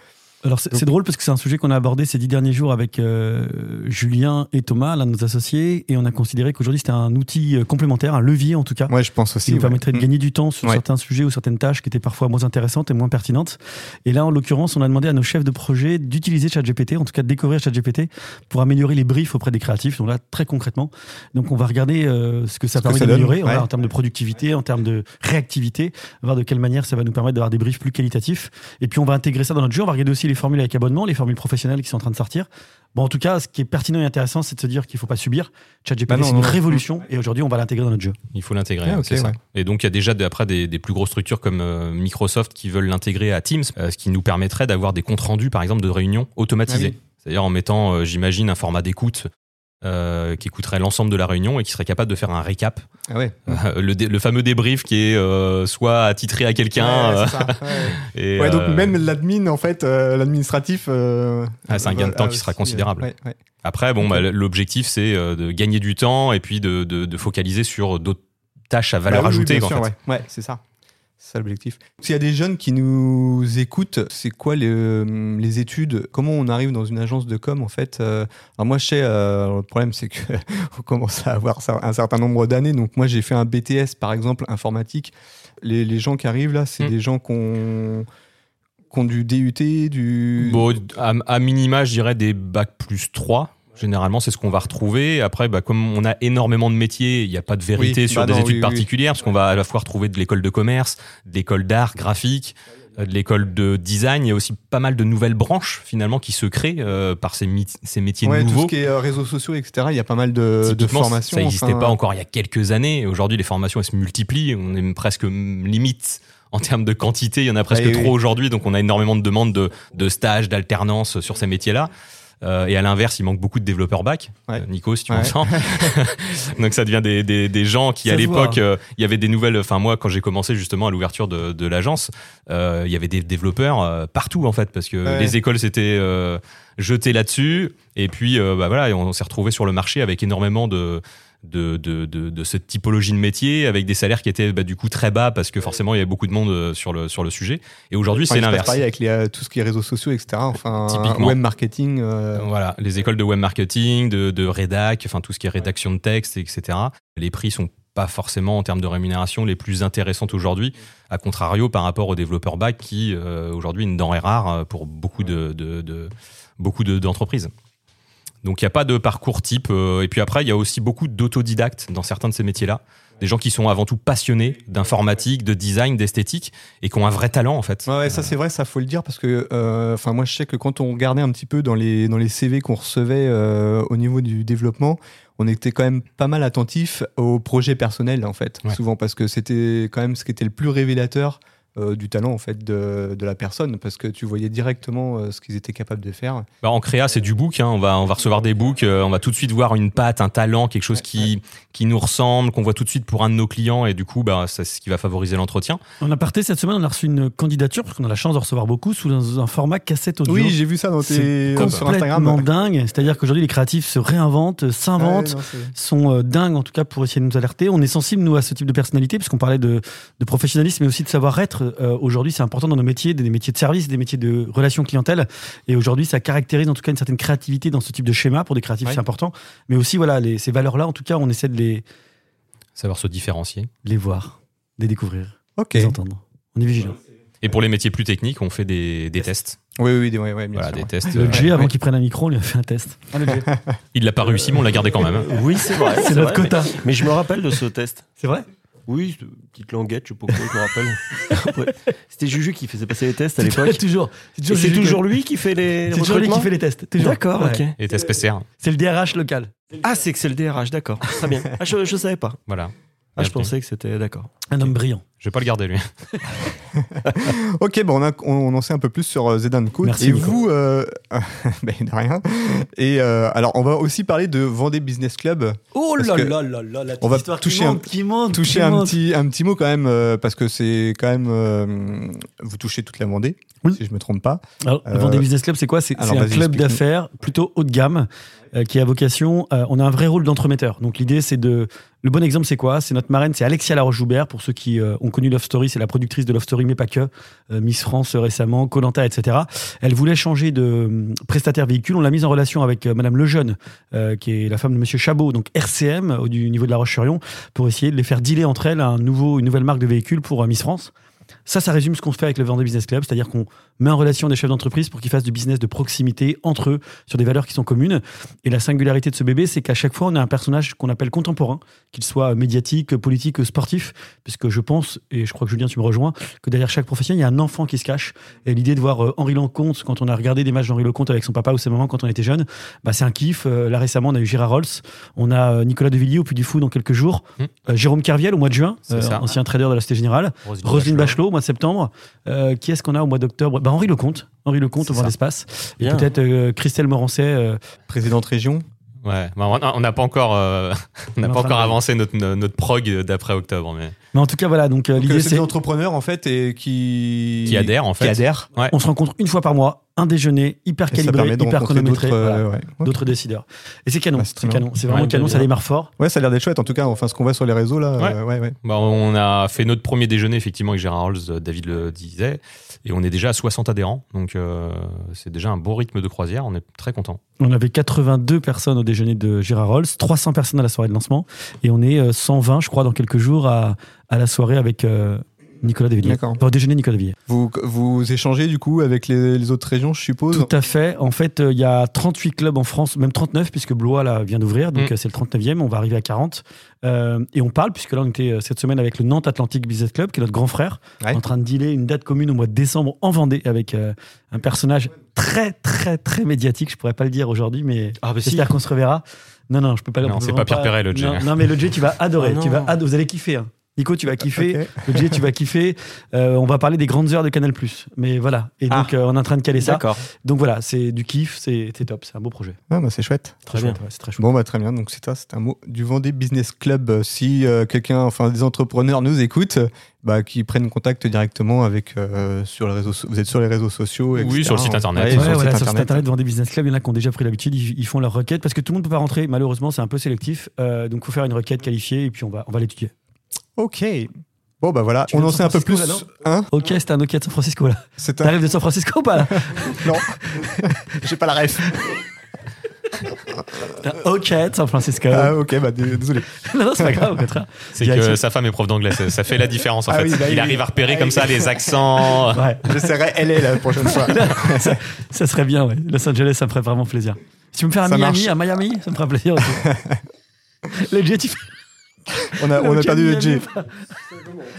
B: Alors c'est c'est drôle parce que c'est un sujet qu'on a abordé ces dix derniers jours avec euh, Julien et Thomas, l'un de nos associés, et on a considéré qu'aujourd'hui c'était un outil euh, complémentaire, un levier en tout cas,
A: Moi je pense aussi
B: qui nous
A: ouais.
B: permettrait de
A: Mm.
B: gagner du temps sur
A: Ouais.
B: certains sujets ou certaines tâches qui étaient parfois moins intéressantes et moins pertinentes. Et là, en l'occurrence, on a demandé à nos chefs de projet d'utiliser ChatGPT, en tout cas de découvrir ChatGPT pour améliorer les briefs auprès des créatifs. Donc là, très concrètement, donc on va regarder euh, ce que
A: Ce
B: ça
A: que
B: permet
A: ça donne,
B: d'améliorer voilà,
A: ouais.
B: en termes de productivité, en termes de réactivité, voir de quelle manière ça va nous permettre d'avoir des briefs plus qualitatifs. Et puis on va intégrer ça dans notre jeu. On va regarder aussi les formules avec abonnement, les formules professionnelles qui sont en train de sortir. Bon, en tout cas, ce qui est pertinent et intéressant, c'est de se dire qu'il ne faut pas subir. ChatGPT,
A: Bah non,
B: c'est une
A: non.
B: révolution et aujourd'hui, on va l'intégrer dans notre jeu.
C: Il faut l'intégrer,
A: Ah,
C: hein,
A: ok,
C: c'est ça.
A: ouais.
C: Et donc, il y a déjà de- après des, des plus grosses structures comme euh, Microsoft qui veulent l'intégrer à Teams, euh, ce qui nous permettrait d'avoir des comptes rendus, par exemple, de réunions automatisées.
A: Ah
C: C'est-à-dire en mettant, euh, j'imagine, un format d'écoute euh, qui écouterait l'ensemble de la réunion et qui serait capable de faire un récap.
A: Ah ouais.
C: Euh, [laughs] le, dé- le fameux débrief qui est euh, soit attitré à quelqu'un.
A: Ouais,
C: euh,
A: c'est
C: [laughs]
A: ça, ouais.
C: et,
A: Ouais, donc
C: euh,
A: même l'admin, en fait, euh, l'administratif. euh,
C: Ah, c'est un gain de temps qui
A: aussi,
C: sera considérable.
A: euh, ouais, ouais.
C: Après, bon,
A: Ok.
C: bah, l'objectif, c'est euh, de gagner du temps et puis de, de- de focaliser sur d'autres tâches à valeur
A: Bah oui, oui,
C: ajoutée.
A: bien
C: en
A: sûr,
C: fait.
A: Ouais, Ouais, c'est ça. C'est ça l'objectif. S'il y a des jeunes qui nous écoutent, c'est quoi les, euh, les études Comment on arrive dans une agence de com en fait Euh, Alors moi, je sais, euh, le problème c'est que [laughs] on commence à avoir ça- un certain nombre d'années. Donc moi, j'ai fait un BTS par exemple informatique. Les, les gens qui arrivent là, c'est
C: Mm.
A: des gens qui ont, qui ont du DUT, du
C: Bon, à, à minima, je dirais des bacs plus 3. Généralement, c'est ce qu'on va retrouver. Après, bah, comme on a énormément de métiers, il n'y a pas de vérité
A: Oui,
C: sur
A: bah
C: des
A: non,
C: études
A: oui, oui.
C: particulières, parce qu'on va à la fois retrouver de l'école de commerce, de l'école d'art graphique, euh, de l'école de design. Il y a aussi pas mal de nouvelles branches, finalement, qui se créent euh, par ces, mit- ces métiers
A: ouais, tout
C: nouveaux.
A: ce qui est euh, réseaux sociaux, etc. Il y a pas mal Euh, de, de
C: Typiquement,
A: formations.
C: Ça n'existait
A: enfin,
C: pas encore il y a quelques années. Aujourd'hui, les formations, elles se multiplient. On est même presque mm, limite en termes de quantité. Il y en a presque
A: Et
C: trop
A: oui.
C: aujourd'hui. Donc, on a énormément de demandes de, de stages, d'alternances sur ces métiers-là. Euh, et à l'inverse, il manque beaucoup de développeurs bac.
A: Ouais.
C: Euh, Nico, si tu
A: Ouais. [laughs]
C: m'entends. [laughs] donc, ça devient des, des, des gens qui,
B: Ça
C: à
B: se
C: l'époque,
A: hein.
B: voit.
C: euh, il y avait des nouvelles. Enfin, moi, quand j'ai commencé justement à l'ouverture de, de l'agence, euh, il y avait des développeurs euh, partout, en fait, parce que
A: Ouais.
C: les écoles s'étaient euh, jetées là-dessus. Et puis, euh, bah voilà, et on s'est retrouvé sur le marché avec énormément de, de, de, de, de cette typologie de métier, avec des salaires qui étaient bah, du coup très bas parce que forcément il y avait beaucoup de monde euh, sur le, sur le sujet. Et aujourd'hui,
A: Enfin,
C: c'est
A: il se passe
C: l'inverse.
A: Pareil avec les, euh, tout ce qui est réseaux sociaux, etc. Enfin, euh,
C: Typiquement.
A: web marketing. euh,
C: Voilà, les écoles de web marketing, de, de rédac, enfin tout ce qui est rédaction de texte, etc. Les prix sont pas forcément en termes de rémunération les plus intéressantes aujourd'hui, à contrario par rapport aux développeurs back qui euh, aujourd'hui est une denrée rare euh, pour beaucoup de, de- de- beaucoup de- d'entreprises. Donc il n'y a pas de parcours type. euh, et puis après, il y a aussi beaucoup d'autodidactes dans certains de ces métiers-là. Des gens qui sont avant tout passionnés d'informatique, de design, d'esthétique, et qui ont un vrai talent en fait.
A: Ouais, ouais, ça c'est vrai, ça faut le dire parce que, euh, enfin, moi je sais que quand on regardait un petit peu dans les dans les CV qu'on recevait euh, au niveau du développement, on était quand même pas mal attentif aux projets personnels en fait,
C: Ouais.
A: souvent parce que c'était quand même ce qui était le plus révélateur euh, du talent en fait de, de la personne parce que tu voyais directement euh, ce qu'ils étaient capables de faire.
C: Bah, en créa, c'est du book. hein. On va on va recevoir des books. euh, on va tout de suite voir une patte, un talent, quelque chose qui qui nous ressemble, qu'on voit tout de suite pour un de nos clients. Et du coup, bah, c'est ce qui va favoriser l'entretien.
B: En aparté, cette semaine, on a reçu une candidature, parce qu'on a la chance de recevoir beaucoup, sous un, un format cassette audio.
A: Oui, j'ai vu ça dans tes
B: c'est
A: sur Instagram.
B: complètement dingue. C'est-à-dire qu'aujourd'hui, les créatifs se réinventent, euh, s'inventent,
A: Ouais, non, c'est-
B: sont euh, dingues, en tout cas, pour essayer de nous alerter. On est sensible, nous, à ce type de personnalité, puisqu'on parlait de, de professionnalisme, mais aussi de savoir-être. Euh, aujourd'hui, c'est important dans nos métiers, des métiers de service, des métiers de relations clientèle. Et aujourd'hui, ça caractérise, en tout cas, une certaine créativité dans ce type de schéma. Pour des créatifs,
A: Ouais.
B: c'est important. Mais aussi, voilà, les- ces valeurs-là, en tout cas, on essaie de les
C: Savoir se différencier.
B: les voir, les découvrir,
A: Ok.
B: les entendre. On est vigilant.
C: Et pour les métiers plus techniques, on fait des, des tests.
A: Oui, oui, oui, oui, bien
C: Voilà,
A: sûr,
C: des
A: ouais.
C: tests.
B: Le
C: euh,
B: G, avant qu'il prenne un micro, on lui a fait un test.
C: [laughs] Il l'a pas réussi, mais on l'a gardé quand même. hein.
D: Euh, Oui, [laughs] c'est vrai.
B: Ah, C'est notre
D: vrai, mais-
B: quota.
D: Mais, je me rappelle de ce test.
B: C'est vrai
D: Oui, c'est une petite languette, je sais pas pourquoi, je me rappelle. [laughs] Après, C'était Juju qui faisait passer les tests à [laughs] l'époque.
B: toujours.
D: Et C'est
B: Juju
D: toujours lui qui fait les
B: qui- c'est toujours lui qui
D: recrutements
B: fait les tests. toujours.
D: D'accord,
B: Ouais.
D: ok.
C: Et tests PCR.
B: C'est le DRH local.
D: Ah, c'est que c'est le DRH, d'accord. Très bien. Ah, je, je savais pas.
C: Voilà.
D: Ah, je
C: Bien
D: pensais que c'était d'accord.
B: Un homme brillant.
C: Je vais pas le garder, lui.
A: Ok, bon, on, a- on- on en sait un peu plus sur euh, Zedan Koot.
B: Merci,
A: Et
B: Nico.
A: vous, euh, [laughs] ben, de rien. Et euh, alors, on va aussi parler de Vendée Business Club.
B: Oh
A: Parce que
B: là là, la
A: on va toucher un-
B: qui monte.
A: Touchez
B: qui
A: un
B: monte.
A: petit, un petit mot quand même, euh, parce que c'est quand même. euh, vous touchez toute la Vendée,
B: Oui.
A: si je me trompe pas.
B: Alors, le
A: Euh,
B: Vendée Business Club, c'est quoi C'est
A: alors,
B: c'est un
A: vas-y,
B: club
A: explique-nous.
B: d'affaires plutôt haut de gamme euh, qui a vocation. euh, on a un vrai rôle d'entremetteur. Donc, l'idée, c'est de. Le bon exemple, c'est quoi C'est notre marraine, c'est Alexia Laroche-Joubert. Pour ceux qui euh, ont connu Love Story, c'est la productrice de Love Story, mais pas que. euh, Miss France euh, récemment, Colanta, etc. Elle voulait changer de euh, prestataire véhicule. On l'a mise en relation avec euh, Madame Lejeune, euh, qui est la femme de Monsieur Chabot, donc RCM au du niveau de la Roche-sur-Yon, pour essayer de les faire dealer entre elles un nouveau, une nouvelle marque de véhicule pour euh, Miss France. Ça, ça résume ce qu'on fait avec le Vendée Business Club, c'est-à-dire qu'on met en relation des chefs d'entreprise pour qu'ils fassent du business de proximité entre eux sur des valeurs qui sont communes. Et la singularité de ce bébé, c'est qu'à chaque fois, on a un personnage qu'on appelle contemporain, qu'il soit médiatique, politique, sportif, puisque je pense, et je crois que Julien, tu me rejoins, que derrière chaque profession, il y a un enfant qui se cache. Et l'idée de voir euh, Henri Lecomte, quand on a regardé des matchs d'Henri Lecomte avec son papa ou ses mamans quand on était jeune, bah, c'est un kiff. Euh, Là, récemment, on a eu Gérard Rolls, on a euh, Nicolas Devilliers au Puy du Fou dans quelques jours,
C: Hmm.
B: Euh, Jérôme Carviel au mois de juin,
C: C'est
B: euh,
C: ça.
B: ancien trader de la Société Générale. Roselyne Bachelot au mois de septembre. Euh, qui est-ce qu'on a au mois d'octobre bah, Henri Lecomte. Henri Lecomte au
C: C'est
B: vent
C: ça.
B: d'espace. Et
D: Bien.
B: peut-être euh, Christelle Morancet. euh,
A: Présidente région.
C: Ouais. Bah, on a- on n'a pas encore, euh, [laughs] on n'a
B: On est en
C: pas
B: train
C: encore
B: de-
C: avancé notre, notre prog d'après octobre, mais
B: Mais en tout cas, voilà. Donc, euh,
A: Donc, euh,
B: l'idée,
A: c'est
B: c'est.
A: des entrepreneurs, en fait, et qui.
C: qui adhère en
A: Qui
C: fait.
A: adhèrent.
B: On se rencontre une fois par mois, un déjeuner hyper
A: Et ça
B: calibré,
A: permet de
B: hyper
A: rencontrer
B: chronométré.
A: d'autres.
B: voilà,
A: euh, ouais. Ok.
B: D'autres décideurs. Et c'est canon.
A: Bah, c'est
B: c'est
A: très bien.
B: canon. C'est vraiment
D: Ouais,
B: canon. Ça
D: bien.
B: démarre fort.
A: Ouais, ça a l'air d'être chouette, en tout cas, enfin, ce qu'on voit sur les réseaux, là.
C: Ouais.
A: euh, ouais, ouais.
C: Bah, on a fait notre premier déjeuner effectivement avec Gérard Rolls, euh, David le disait, et on est déjà à 60 adhérents, donc euh, c'est déjà un bon rythme de croisière. On est très content.
B: On avait 82 personnes au déjeuner de Gérard Rolls, 300 personnes à la soirée de lancement. Et on est euh, 120, je crois, dans quelques jours à, à la soirée avec euh, Nicolas Devilliers.
A: D'accord.
B: Au déjeuner, Nicolas Devilliers.
A: Vous, vous échangez, du coup, avec les, les autres régions, je suppose.
B: Tout à fait. En fait, euh, il y a 38 clubs en France, même 39, puisque Blois là, vient d'ouvrir, donc
C: Mm.
B: euh, c'est le 39e, on va arriver à 40. Euh, et on parle, puisque là, on était euh, cette semaine avec le Nantes Atlantique Business Club, qui est notre grand frère,
A: Ouais.
B: en train de dealer une date commune au mois de décembre en Vendée, avec euh, un personnage très, très, très médiatique. Je pourrais pas le dire aujourd'hui, mais
D: Ah, bah
B: j'espère qu'on se reverra. Non, non, je peux pas
C: Non,
B: on peut
C: c'est
B: vraiment
C: pas Pierre Perret, le Jay.
B: Non, non, mais le Jay, tu vas adorer.
D: Oh,
B: tu
D: non.
B: vas ad- Vous allez kiffer. hein. Nico, tu vas kiffer.
A: Ok.
B: Le Jay, tu vas kiffer. Euh, on va parler des grandes heures de Canal. Mais voilà. Et
D: Ah.
B: donc, euh, on est en train de caler ça.
D: D'accord.
B: Donc voilà, c'est du kiff, c'est c'est top, c'est un beau projet.
A: Ah, bah, c'est chouette.
D: Très bien.
B: chouette, ouais, c'est très chouette.
A: Bon, bah, très bien. Donc, c'est ça, c'est un mot du Vendée Business Club. Euh, Si euh, quelqu'un, enfin, des entrepreneurs nous écoutent, bah, qui prennent contact directement avec. euh, sur les réseaux so- vous êtes sur les réseaux sociaux,
C: Oui,
A: etc.
C: sur le site internet.
A: Ouais,
B: Ouais,
C: Et
A: sur le
B: voilà,
A: site
B: sur le site
A: internet. hein.
B: internet, Vendée Business Club, il y en a qui ont déjà pris l'habitude, ils, ils font leur requête parce que tout le monde ne peut pas rentrer, malheureusement, c'est un peu sélectif. Euh, donc, il faut faire une requête qualifiée et puis on va, on va l'étudier.
A: Ok. Bon, bah voilà,
B: Tu
A: on
B: viens
A: en
B: de
A: sait un peu plus.
B: San Francisco,
A: Hein
B: Ok, c'était un Nokia de San Francisco là.
A: C'est un.
B: T'arrives de San Francisco ou pas là
A: [laughs] Non,
B: [laughs]
A: j'ai pas la ref.
B: T'as Ok, de San Francisco.
A: Ah, ok, bah, dé- désolé.
B: [laughs] non, non, c'est pas grave, au contraire.
C: C'est
B: Direction.
C: que sa femme est prof d'anglais, ça, ça fait la différence en
A: [laughs] Ah
C: fait.
A: oui, bah
C: il
A: oui.
C: arrive à repérer
A: Ah
C: comme
A: oui.
C: ça
A: [laughs]
C: les accents.
B: Ouais, [laughs]
A: J'essaierai LA la prochaine fois.
B: ça serait bien, ouais. Los Angeles, ça me ferait vraiment plaisir. Si tu me fais un
A: Ça
B: Miami,
A: marche.
B: un Miami, ça me ferait plaisir aussi.
A: [laughs]
B: Le J, tu fais-
A: On a, on a
B: Ok,
A: perdu le
B: Miami,
A: J.
B: pas-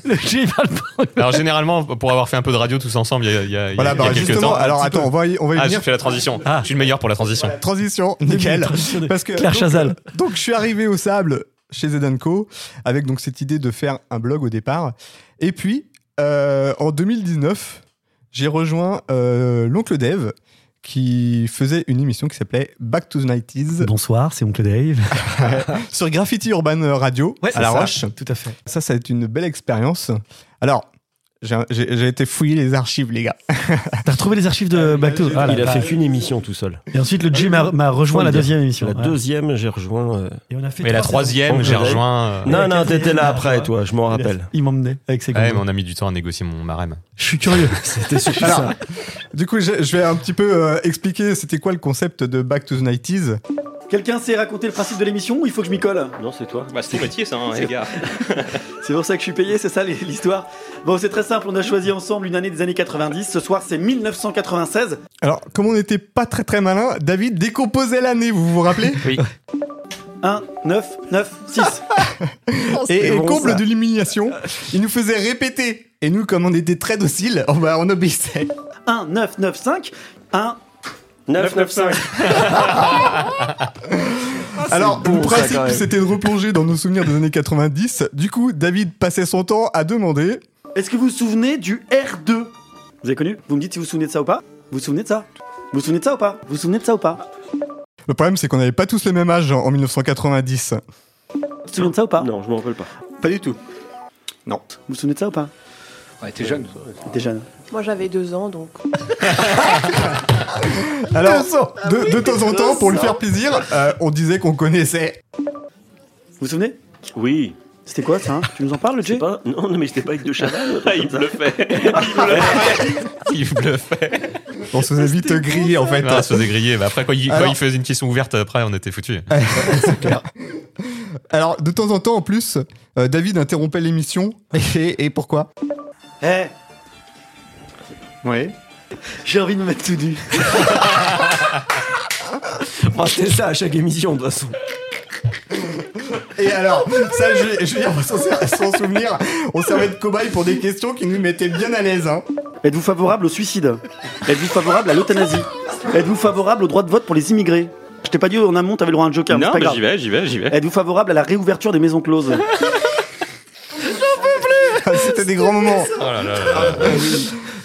B: Le J, il parle pas.
C: Alors généralement, pour avoir fait un peu de radio tous ensemble il y a, il y a- il y a-
A: Voilà,
C: il y a
A: bah,
C: quelques
A: justement,
C: temps.
A: alors attends, on va y, on va y
C: ah, j'ai
A: venir.
C: fait la transition.
B: Ah.
C: Je suis le meilleur pour la transition.
A: Transition, nickel. Parce que,
B: Claire
A: donc, [laughs]
B: Chazal.
A: Donc je suis arrivé au sable chez Zedanko avec donc cette idée de faire un blog au départ. Et puis euh, en 2019, j'ai rejoint euh, l'oncle Dave qui faisait une émission qui s'appelait Back to the 90s
B: Bonsoir, c'est Oncle Dave.
A: sur Graffiti Urban Radio à La Roche.
B: Tout à fait.
A: Ça, ça a été une belle expérience. Alors, j'ai j'ai- j'ai été fouiller les archives, les gars.
B: T'as retrouvé les archives de Bacto.
A: j'ai-
B: Ah là,
D: Il a
B: bah.
D: fait qu'une émission tout seul.
B: Et ensuite, le Ah, Jim m'a m'a rejoint à la
D: Faut le dire.
B: deuxième émission.
D: La
B: Ouais.
D: deuxième, j'ai rejoint. euh,
B: Et on a fait
C: Mais la
B: trois saisons.
C: troisième, j'ai rejoint. euh,
B: la
D: Non, non, t'étais
B: quatrième,
D: là
B: la
D: après, toi, je
B: Il
D: m'en
B: a-
D: rappelle.
B: Il m'emmenait avec ses
C: Ouais, mais
B: gonds.
C: on a mis du temps à négocier mon marème.
B: Je suis
C: [laughs]
B: curieux. C'était sur
A: Alors, du coup, je, je vais un petit peu euh, expliquer c'était quoi le concept de Back to the 90s.
E: Quelqu'un sait raconter le principe de l'émission ou il faut que je m'y colle
D: Non, c'est toi.
C: Bah, c'est ton métier, ça, hein, les gars.
E: C'est pour ça que je suis payé, c'est ça les- l'histoire Bon, c'est très simple, on a choisi ensemble une année des années 90. Ce soir, c'est 1996.
A: Alors, comme on n'était pas très très malin, David décomposait l'année, vous vous rappelez
E: 1, 9, 9,
C: [laughs]
E: 6.
A: Et, et comble de l'humiliation, il nous faisait répéter. Et nous, comme on était très dociles, oh bah, on obéissait.
E: 1, 9, 9, 5. 1.
D: 995.
A: Alors,
D: Ah, beau,
A: le
D: ça,
A: principe,
D: quand même.
A: c'était de replonger dans nos souvenirs des années 90. Du coup, David passait son temps à demander.
E: Est-ce que vous vous souvenez du R2 Vous avez connu Vous me dites si vous vous souvenez de ça ou pas Vous vous souvenez de ça Vous vous souvenez de ça ou pas Vous vous souvenez de ça ou pas
A: Le problème, c'est qu'on n'avait pas tous le même âge en 1990.
E: Vous vous souvenez de ça ou
B: Ah.
E: pas
D: Non, je me rappelle pas.
E: Pas du tout.
A: Non.
E: Vous vous souvenez de ça ou pas
D: Ah,
F: Ouais, t'es jeune.
E: Déjà. non.
G: Moi j'avais deux ans donc.
A: Alors,
D: Ah
A: de, de temps en temps, pour lui faire plaisir, euh, on disait qu'on connaissait.
E: Vous vous souvenez
D: Oui.
E: C'était quoi ça hein Tu nous en parles,
D: C'est
E: Jay
D: pas. Non, non, mais c'était pas avec De Chaval.
C: il bluffait. Il bluffait. Ah, il bluffait.
A: On se faisait vite griller, en fait.
C: Non, se faisait griller. Mais Bah, après, quand il, quand
A: Alors-
C: il faisait une question ouverte, après, on était foutus.
A: Alors, de temps en temps, en plus, euh, David interrompait l'émission. Et, et pourquoi
E: Eh
A: Oui.
E: J'ai envie de me mettre tout
D: [laughs]
E: nu.
D: Oh, c'est ça à chaque émission, de toute façon.
A: Et alors, ça, je, je veux dire, sans, sans souvenir, on servait de cobaye pour des questions qui nous mettaient bien à l'aise. Hein.
E: Êtes-vous favorable au suicide Êtes-vous favorable à l'euthanasie Êtes-vous favorable au droit de vote pour les immigrés Je t'ai pas dit en amont, t'avais le droit à un joker, mais c'est
C: non,
E: pas
C: mais
E: grave.
C: j'y vais, j'y vais, j'y vais.
E: Êtes-vous favorable à la réouverture des maisons closes
A: C'était des grands moments. Ah
C: Oh là là là là.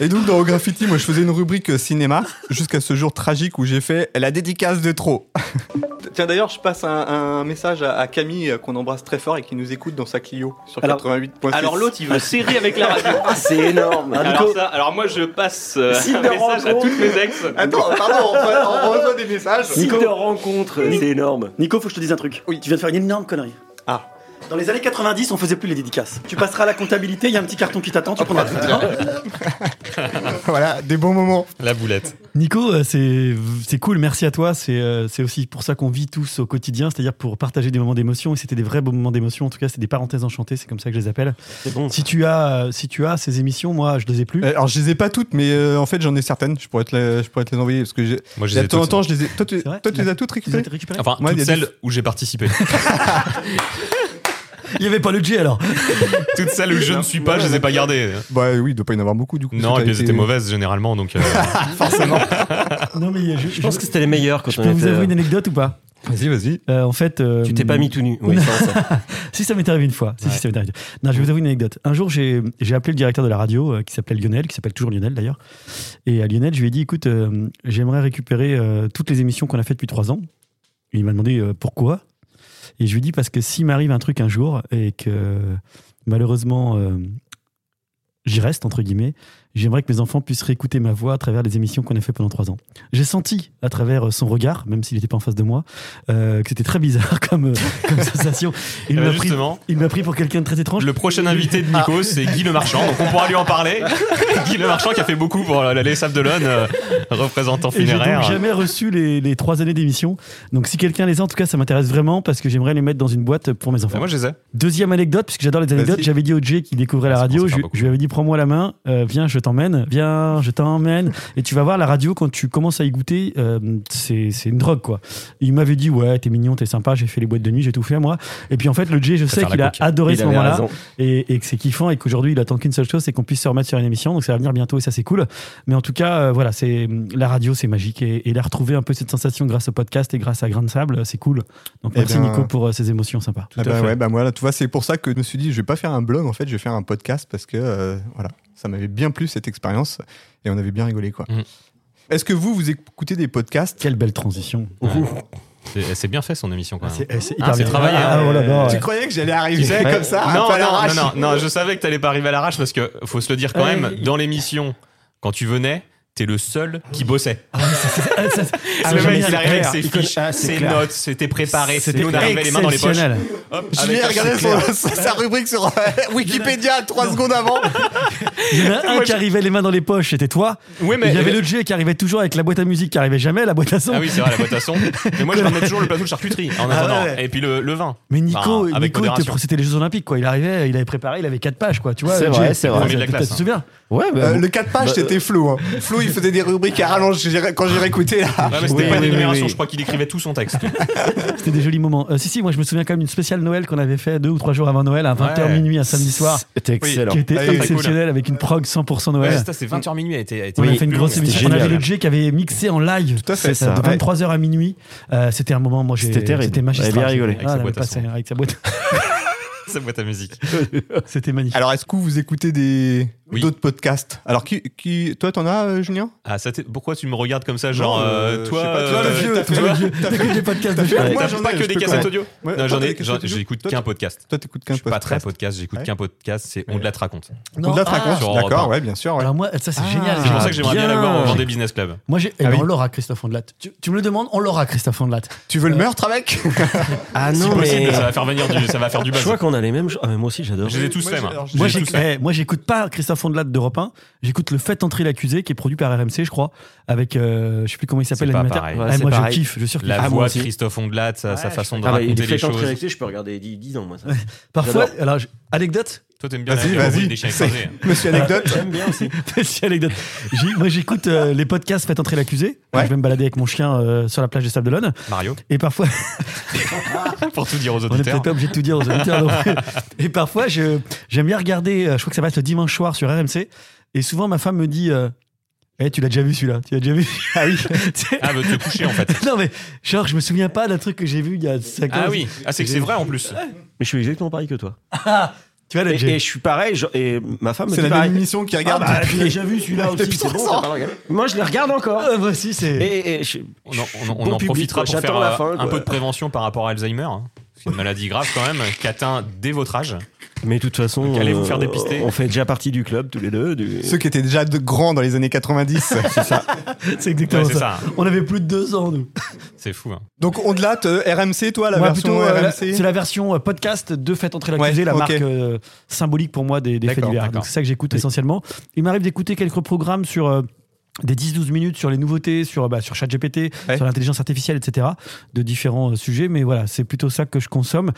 A: Et donc, dans Graffiti, moi, je faisais une rubrique euh, cinéma jusqu'à ce jour tragique où j'ai fait la dédicace de trop.
H: [laughs] Tiens, d'ailleurs, je passe un, un message à, à Camille euh, qu'on embrasse très fort et qui nous écoute dans sa Clio sur
E: Alors-
H: 88.6.
C: Alors l'autre, il veut serrer avec la radio.
D: Ah, c'est énorme.
E: Ah,
C: Alors,
E: Nico.
C: ça, alors moi, je passe euh,
D: S'il
C: un
D: me
C: message à
D: rencontre.
C: toutes mes ex. [laughs]
H: Attends, pardon, on reçoit- on reçoit des messages.
D: Nico de rencontre. C'est énorme.
E: Nico, faut que je te dise un truc. Oui. Tu viens de faire une énorme connerie.
H: Ah.
E: Dans les années 90, on faisait plus les dédicaces. Tu passeras à la comptabilité, il y a un petit carton qui t'attend, tu prendras tout.
B: [laughs]
A: Voilà, des bons moments.
C: La boulette.
E: Nico,
B: euh, C'est c'est cool, merci à toi. C'est euh, c'est aussi pour ça qu'on vit tous au quotidien, c'est-à-dire pour partager des moments d'émotion. Et c'était des vrais beaux moments d'émotion. En tout cas, c'est des parenthèses enchantées, c'est comme ça que je les appelle.
D: C'est bon.
B: Si tu as, euh, si tu as ces émissions, moi, je les ai plus.
A: Euh, Alors, je les ai pas toutes, mais euh, en fait, j'en ai certaines. Je pourrais te les, je pourrais te les envoyer parce que j'ai-
C: Moi, je les
A: de
C: ai
A: temps en
C: toutes.
A: temps, je les ai. Toi, tu,
B: C'est vrai
A: toi, tu
B: Tu
A: les
B: les
A: as toutes
B: Tu les as
A: récupérées
B: récupérées
C: Enfin,
A: Moi, il y
C: toutes
A: a
C: celles
A: des-
C: où j'ai participé.
B: Il n'y avait pas le J alors.
C: toutes celles où je ne suis pas, je les ai pas gardées.
A: Bah oui, il doit pas y en avoir beaucoup du coup.
C: Non, et
A: parce que
C: puis
A: t'as été-
C: elles étaient mauvaises généralement, donc. euh,
B: Non, mais je,
D: Je pense que c'était les meilleurs quand
B: je
D: on
B: peux vous
D: était-
B: avouer une anecdote ou pas
A: Vas-y, vas-y.
B: Euh, En fait, euh,
D: Tu t'es pas mis tout nu. Oui, ça, ça.
B: Si ça m'est arrivé une fois. Si, si, ça m'est arrivé. Non, je vais vous avouer une anecdote. Un jour, j'ai j'ai appelé le directeur de la radio, euh, qui s'appelait Lionel, qui s'appelle toujours Lionel d'ailleurs. Et à Lionel, je lui ai dit écoute, euh, j'aimerais récupérer euh, toutes les émissions qu'on a faites depuis trois ans. Et il m'a demandé euh, pourquoi. Et je lui ai dit parce que s'il m'arrive un truc un jour et que malheureusement euh, j'y reste, entre guillemets, j'aimerais que mes enfants puissent réécouter ma voix à travers les émissions qu'on a fait pendant trois ans. J'ai senti à travers euh, son regard, même s'il n'était pas en face de moi, euh, que c'était très bizarre [laughs] comme, euh, comme sensation. Il
C: eh ben,
B: m'a pris
C: justement,
B: il m'a pris pour quelqu'un de très étrange.
C: le prochain invité de Nico, c'est Guy Le Marchand, donc on pourra lui en parler. Guy Le Marchand qui a fait beaucoup pour la- la- les Sables d'Olonne, euh, représentant
B: Et j'ai donc
C: funéraire.
B: jamais reçu les, les trois années d'émission. Donc si quelqu'un les a, en tout cas, ça m'intéresse vraiment parce que j'aimerais les mettre dans une boîte pour mes
C: Bah,
B: enfants.
C: moi, je les ai.
B: Deuxième anecdote, puisque j'adore les anecdotes,
A: Vas-y.
B: j'avais dit au Jay qui découvrait la
C: Ça
B: radio,
C: commence
B: je,
C: à faire beaucoup.
B: je lui avais dit prends-moi la main, euh, viens, je t'emmène, viens, je t'emmène. Et tu vas voir la radio quand tu commences à y goûter, euh, c'est c'est une drogue quoi. Il m'avait dit ouais, t'es mignon, t'es sympa, j'ai fait les boîtes de nuit, j'ai tout fait moi. Et puis en fait, le Jay, je sais
C: faire la
B: qu'il a
C: coke.
B: adoré
D: Il
B: ce
D: avait
B: moment-là.
D: raison.
B: et, et que c'est kiffant et qu'aujourd'hui il attend qu'une seule chose c'est qu'on puisse se remettre sur une émission donc ça va venir bientôt et ça c'est cool mais en tout cas euh, voilà c'est la radio c'est magique et, et la retrouver un peu cette sensation grâce au podcast et grâce à Grain de Sable c'est cool donc
A: Eh
B: merci
A: bien,
B: Nico pour euh, ces émotions sympas
A: Ah bah ouais, bah voilà, tu vois, c'est pour ça que je me suis dit, je vais pas faire un blog en fait, je vais faire un podcast parce que euh, voilà, ça m'avait bien plu cette expérience et on avait bien rigolé quoi.
C: Mm.
A: Est-ce que vous, vous écoutez des podcasts
B: quelle belle transition
C: C'est c'est bien fait son émission quand même.
B: c'est euh, c'est
C: Ah,
B: hyper
C: c'est
B: bien
C: travaillé,
B: Ah,
C: hein.
B: oh là là, ouais.
A: Tu croyais que j'allais arriver
C: Ouais.
A: comme ça un
C: non,
A: peu à
C: non,
A: l'arrache
C: non, non, non, je savais que t'allais pas arriver à l'arrache parce que faut se le dire quand
B: Ouais,
C: même,
B: il-
C: dans l'émission, quand tu venais, t'es le seul qui bossait.
B: Ah,
C: le
B: j'aime
C: mec,
B: bien
C: il
B: les
C: arrivait avec
B: clairs.
C: ses
D: Il coche-
C: fiches,
D: ah, c'est
C: ses
D: clair.
C: notes, c'était préparé.
B: C'était
C: Nous, on arrivait les mains dans les poches.
B: exceptionnel.
C: Hop,
A: Je
C: avec
A: l'ai
C: un-
A: regardé sur [laughs] sa rubrique
C: [laughs]
A: sur euh, Wikipédia trois secondes avant.
C: Bah,
B: Il y en a un
C: Moi,
B: qui arrivait les mains dans les poches, c'était toi.
C: Oui,
B: Et
C: mais euh,
B: Il y avait le J qui arrivait toujours avec la boîte à musique qui arrivait jamais, la boîte à son.
C: Ah oui, c'est vrai, la boîte à son. Mais moi, je ramenais toujours le plateau de charcuterie en
B: Ah
C: attendant.
B: ouais.
C: Et puis le, le vin.
B: Mais Nico,
C: Enfin, avec
B: Nico il te-
C: modération.
B: c'était les Jeux Olympiques, quoi. Il arrivait, il avait préparé, il avait 4 pages, quoi. Tu vois,
D: C'est
B: le
D: vrai,
B: Jay,
D: c'est
B: euh,
D: vrai.
B: Tu
C: Premier de la
B: tu- tu
C: classe,
B: te
C: hein.
B: souviens
D: Ouais, bah,
A: Euh, le 4 pages,
D: bah,
A: c'était flou. Hein. Flou, il faisait des rubriques à rallonge j'ai ré- quand j'ai réécouté. Là.
C: Ouais, mais c'était pas
D: Oui,
C: une
D: oui, oui,
C: énumération,
D: oui.
C: je crois qu'il écrivait tout son texte.
B: C'était des jolis moments. Euh, si, si, moi je me souviens quand même d'une spéciale Noël qu'on avait fait deux ou trois jours avant Noël, à 20h
C: Ouais.
B: minuit, un samedi soir,
D: C'était excellent.
B: qui était
A: Ah, il est très
B: exceptionnel avec une prog 100%
C: Ouais,
B: Noël.
C: c'est ça, c'est 20h minuit, elle était. elle était
B: on a
C: plus
B: fait une
C: longue.
B: grosse
C: C'était
B: émission. On
D: génial.
B: avait le Jay qui avait mixé en live.
A: Tout à fait.
B: C'est ça,
D: ça,
B: De
D: ouais.
B: 23h à minuit. Euh, c'était un moment, moi j'ai.
D: C'était terrible.
B: C'était magistral.
D: Elle a bien rigolé.
B: Ah,
C: Avec sa
B: elle avait
C: boîte à
B: passé
C: son.
B: avec sa boîte.
C: génial, [laughs] Sa boîte à musique.
B: C'était magnifique.
A: Alors, est-ce que vous écoutez des
C: Oui.
A: d'autres podcasts Alors, qui, qui... toi, t'en as, euh, Julien
C: Ah, ça t'est- pourquoi tu me regardes comme ça, genre,
A: Non,
C: euh,
A: euh,
C: toi,
A: je sais pas, toi, le
C: euh,
A: vieux,
C: t'as-
A: toi,
C: tu
A: le
C: vois,
A: vieux.
C: [laughs]
B: T'as que des podcasts de
A: Ouais.
C: T'as
A: Moi, j'en
C: pas
A: ai,
C: que
A: je
C: des
A: peux
C: cassettes
A: connaître.
C: audio
A: Ouais,
C: Non, j'en
A: toi,
C: ai,
A: t'as des
C: j'en-
A: cassettes audio
C: j'écoute
A: Toi,
C: qu'un podcast.
A: Toi, t'écoutes
C: Je
A: qu'un
C: suis pas très
A: podcast.
C: podcast, j'écoute
A: Ouais.
C: qu'un podcast, c'est
A: Ouais.
C: On-delà te raconte.
B: Non,
A: Au-delà de
B: ah,
A: la
C: sur
A: raconte,
C: Europe
A: D'accord,
C: un.
A: ouais, bien sûr. ouais.
B: Alors moi, ça c'est génial.
C: C'est pour
B: Ah,
C: ça que j'aimerais bien l'avoir
B: bien.
C: dans des business clubs.
B: Moi, j'ai. eh
A: Ah
B: ben,
A: oui.
B: On l'aura, Christophe Ondelat. Tu, tu me le demandes, on l'aura, Christophe Ondelat.
A: Tu veux le meurtre avec
D: Ah
C: Si
D: non,
C: possible,
D: mais.
C: ça va faire venir du, ça va faire du
D: Je
C: buzz.
D: crois qu'on a les mêmes. Ah, mais moi aussi, j'adore.
C: Je les ai tous
A: Moi,
C: faits,
A: j'ai-
C: moi.
A: alors,
C: Je
B: Moi,
C: les ai
B: j'écoute,
C: tous faits.
B: eh, moi, j'écoute pas Christophe Ondelat d'Europe 1. J'écoute le Fait entrer l'accusé qui est produit par RMC, je crois, avec euh, je sais plus comment il s'appelle
C: C'est pas
B: l'animateur.
C: pareil.
B: Ah,
D: Ouais, c'est
B: moi,
D: pareil.
B: je kiffe, je surkiffe.
C: La
D: Ah, moi
C: voix de
D: aussi.
C: Christophe Ondelat, sa, sa
B: Ouais,
C: façon de
D: Ah bah, il
C: raconter
D: est
C: les
D: fait en
C: choses.
D: je peux regarder 10, ans, moi. Ça.
B: Parfois,
D: j'adore.
B: alors je- anecdote, [laughs]
C: Toi, t'aimes bien
A: Vas-y,
C: la rubrique
A: vas-y.
C: des chiens
A: C'est-
C: écrasés.
A: Monsieur Anecdote.
D: J'aime bien aussi.
B: petite anecdote. J'ai- moi, j'écoute euh, les podcasts Fait entrer l'accusé.
A: Ouais.
B: Je vais me balader avec mon chien euh, sur la plage des Sables d'Olonne
C: Mario,
B: et parfois
C: pour tout dire aux
B: On n'est peut-être
C: auditeurs.
B: pas obligé de tout dire aux auditeurs. non plus. Et parfois, je- j'aime bien regarder, euh, je crois que ça passe le dimanche soir sur RMC, et souvent ma femme me dit euh, Eh, tu l'as déjà vu celui-là Tu l'as déjà vu Ah [laughs] oui
C: Ah, veut te coucher en fait.
B: Non, mais genre, je me souviens pas d'un truc que j'ai vu il y a 5 ans.
C: Ah oui, ah, c'est que c'est vrai en plus.
D: Mais je suis exactement pareil que toi.
B: Tu vois, là,
D: Et,
B: j'ai-
D: et je suis pareil, je- et ma femme me
A: C'est
D: dit
A: la même
D: pareil.
A: émission qui
D: Ah
A: regarde.
D: bah,
A: depuis-
D: tu l'as déjà vu celui-là aussi,
A: depuis
D: c'est bon,
A: 300.
D: t'as pas regardé. Moi, je la regarde encore.
B: Ah, moi aussi, c'est.
D: Et, et je-
C: On
D: je
C: en,
D: suis
C: on en- on
D: bon
C: en
D: public,
C: profitera
D: quoi.
C: pour faire
D: J'attends la
C: euh,
D: fin,
C: un
D: quoi.
C: peu de prévention par rapport à Alzheimer. hein. C'est une maladie grave quand même, qui atteint dès votre âge.
D: Mais de toute façon,
C: Donc, allez vous
D: euh,
C: faire dépister.
D: On fait déjà partie du club tous les deux.
A: [laughs]
D: du-
A: Ceux qui étaient déjà de grands dans les années 90.
B: C'est exactement
C: Ouais, c'est
B: ça.
C: ça.
B: On avait plus de 2 ans, nous.
C: C'est fou. hein.
A: Donc on de latte, euh, RMC, toi, la
B: Moi,
A: version
B: plutôt, euh, la-
A: RMC.
B: c'est la version euh, podcast de Faites entrer l'accusé,
A: Ouais,
B: la
A: ok.
B: marque euh, symbolique pour moi des, des faits
A: D'accord,
B: divers.
C: d'accord.
B: Donc, C'est ça que j'écoute essentiellement. Il m'arrive d'écouter quelques programmes sur euh, des 10-12 minutes sur les nouveautés, sur, euh, bah, sur ChatGPT,
A: Ouais.
B: sur l'intelligence artificielle, etc. de différents euh, sujets. Mais voilà, c'est plutôt ça que je consomme.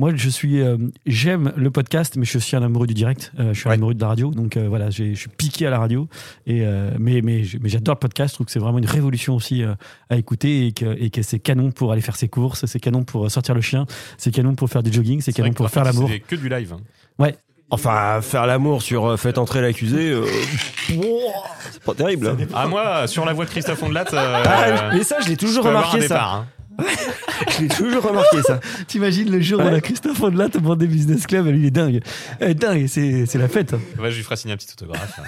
B: Moi, je suis, euh, j'aime le podcast, mais je suis aussi un amoureux du direct. Euh, je suis un
A: Ouais.
B: amoureux de la radio. Donc euh, voilà, j'ai- je suis piqué à la radio. Et, euh, mais mais, j- mais j'adore le podcast. Je trouve que c'est vraiment une révolution aussi euh, à écouter et que, et que c'est canon pour aller faire ses courses, c'est canon pour euh, sortir le chien, c'est canon pour faire du jogging, c'est
C: C'est vrai
B: canon
C: que
B: pour
C: leur
B: faire
C: partie,
B: l'amour.
C: C'est que du live. hein.
D: Enfin, faire l'amour sur euh, Faites entrer
A: [laughs]
D: l'accusé, euh, c'est pas terrible. hein.
C: Ah, moi, sur la voie de Christophe Ondelat, euh,
D: Ah,
C: je
D: mais ça, je l'ai toujours
C: peux avoir un
D: remarqué, ça.
C: départ. hein.
D: Je l'ai toujours remarqué, ça.
B: T'imagines le jour où
D: Ouais.
B: la Christophe Ondelat te des Business Club, lui il est dingue. Eh, dingue, c'est c'est la fête.
C: Ouais, je lui ferai signer un petit autographe. hein.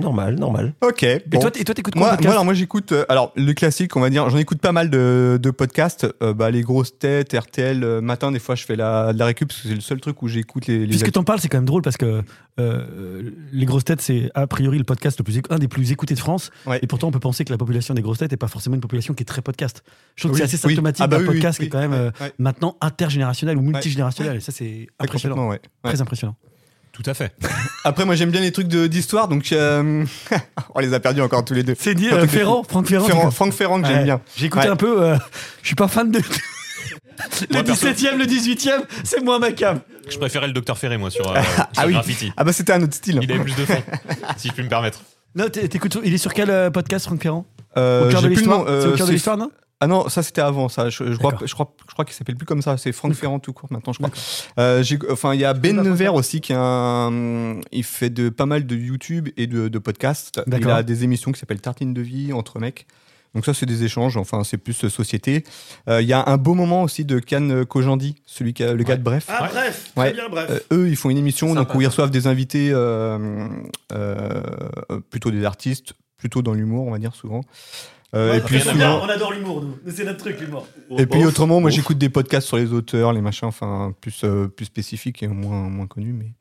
D: Normal, normal.
A: Ok.
B: Et
A: bon.
B: toi, t- et toi, t'écoutes quoi
A: moi,
B: podcast
A: moi, alors moi j'écoute euh, alors le classique on va dire j'en écoute pas mal de, de podcasts euh, bah, les grosses têtes RTL euh, matin des fois je fais la, de la récup parce que c'est le seul truc où j'écoute les, les
B: Puisque
A: actus.
B: t'en parles, c'est quand même drôle parce que euh, les grosses têtes, c'est a priori le podcast le plus éc- un des plus écoutés de France.
A: Ouais.
B: Et pourtant, on peut penser que la population des grosses têtes n'est pas forcément une population qui est très podcast. Je trouve
A: Oui,
B: que c'est assez
A: oui.
B: symptomatique
A: Ah bah
B: d'un
A: oui, oui,
B: podcast
A: oui,
B: qui est quand même euh,
A: ouais, ouais.
B: maintenant intergénérationnel ou multigénérationnel. Et ça, c'est impressionnant.
A: Complètement, ouais. Ouais.
B: Très impressionnant.
C: Tout à fait.
A: après moi j'aime bien les trucs de- d'histoire donc euh, [laughs] on les a perdus encore tous les deux
B: C'est dit
A: Un
B: euh,
A: truc de-
B: Ferrand, Franck Ferrand.
A: Ferrand-
B: c'est
A: Franck Ferrand que
B: quoi
A: j'aime
B: Ouais.
A: bien
B: J'ai écouté
A: Ouais.
B: un peu. euh, [laughs] je suis pas
A: [laughs]
B: fan de. le
C: Moi, perso-
B: 17e, le 18e, c'est moins ma cam.
C: Je préférais le docteur Ferré, moi, sur, euh, sur
A: ah oui
C: Graffiti.
A: ah bah c'était un autre style
C: Il avait plus de fond, si je puis me permettre.
B: Non, t'é- t'écoutes. sur- Il est sur quel euh, podcast, Franck Ferrand
A: Euh,
B: Au cœur
A: j'ai plus
B: de
A: le
B: l'histoire.
A: nom, euh,
B: C'est au cœur de
A: c'est-
B: l'histoire, non
A: Ah non, ça c'était avant ça. Je, je crois,
B: D'accord.
A: je crois, je crois qu'il s'appelle plus comme ça. C'est Franck Ferrand tout court maintenant, je crois. Euh, j'ai- enfin, il y a Ben Nevers aussi qui est un, il fait de pas mal de YouTube et de, de podcasts. Il
B: D'accord.
A: a des émissions qui s'appellent Tartine de vie entre mecs. Donc ça c'est des échanges. Enfin, c'est plus euh, société. Euh, Il y a un beau moment aussi de Can Kojandi, celui qui a, le gars de Bref.
C: Ouais.
I: Ah, bref,
A: Ouais.
I: bref.
A: Euh, eux, ils font une émission
I: Sympa,
A: donc, où ils reçoivent des invités, euh, euh, plutôt des artistes, plutôt dans l'humour, on va dire souvent. Euh, et puis
C: rien à
A: souvent,
I: on adore l'humour, nous. C'est notre truc, l'humour.
A: et puis autrement, moi j'écoute des podcasts sur les auteurs, les machins, enfin plus euh, plus spécifiques et moins moins connus, mais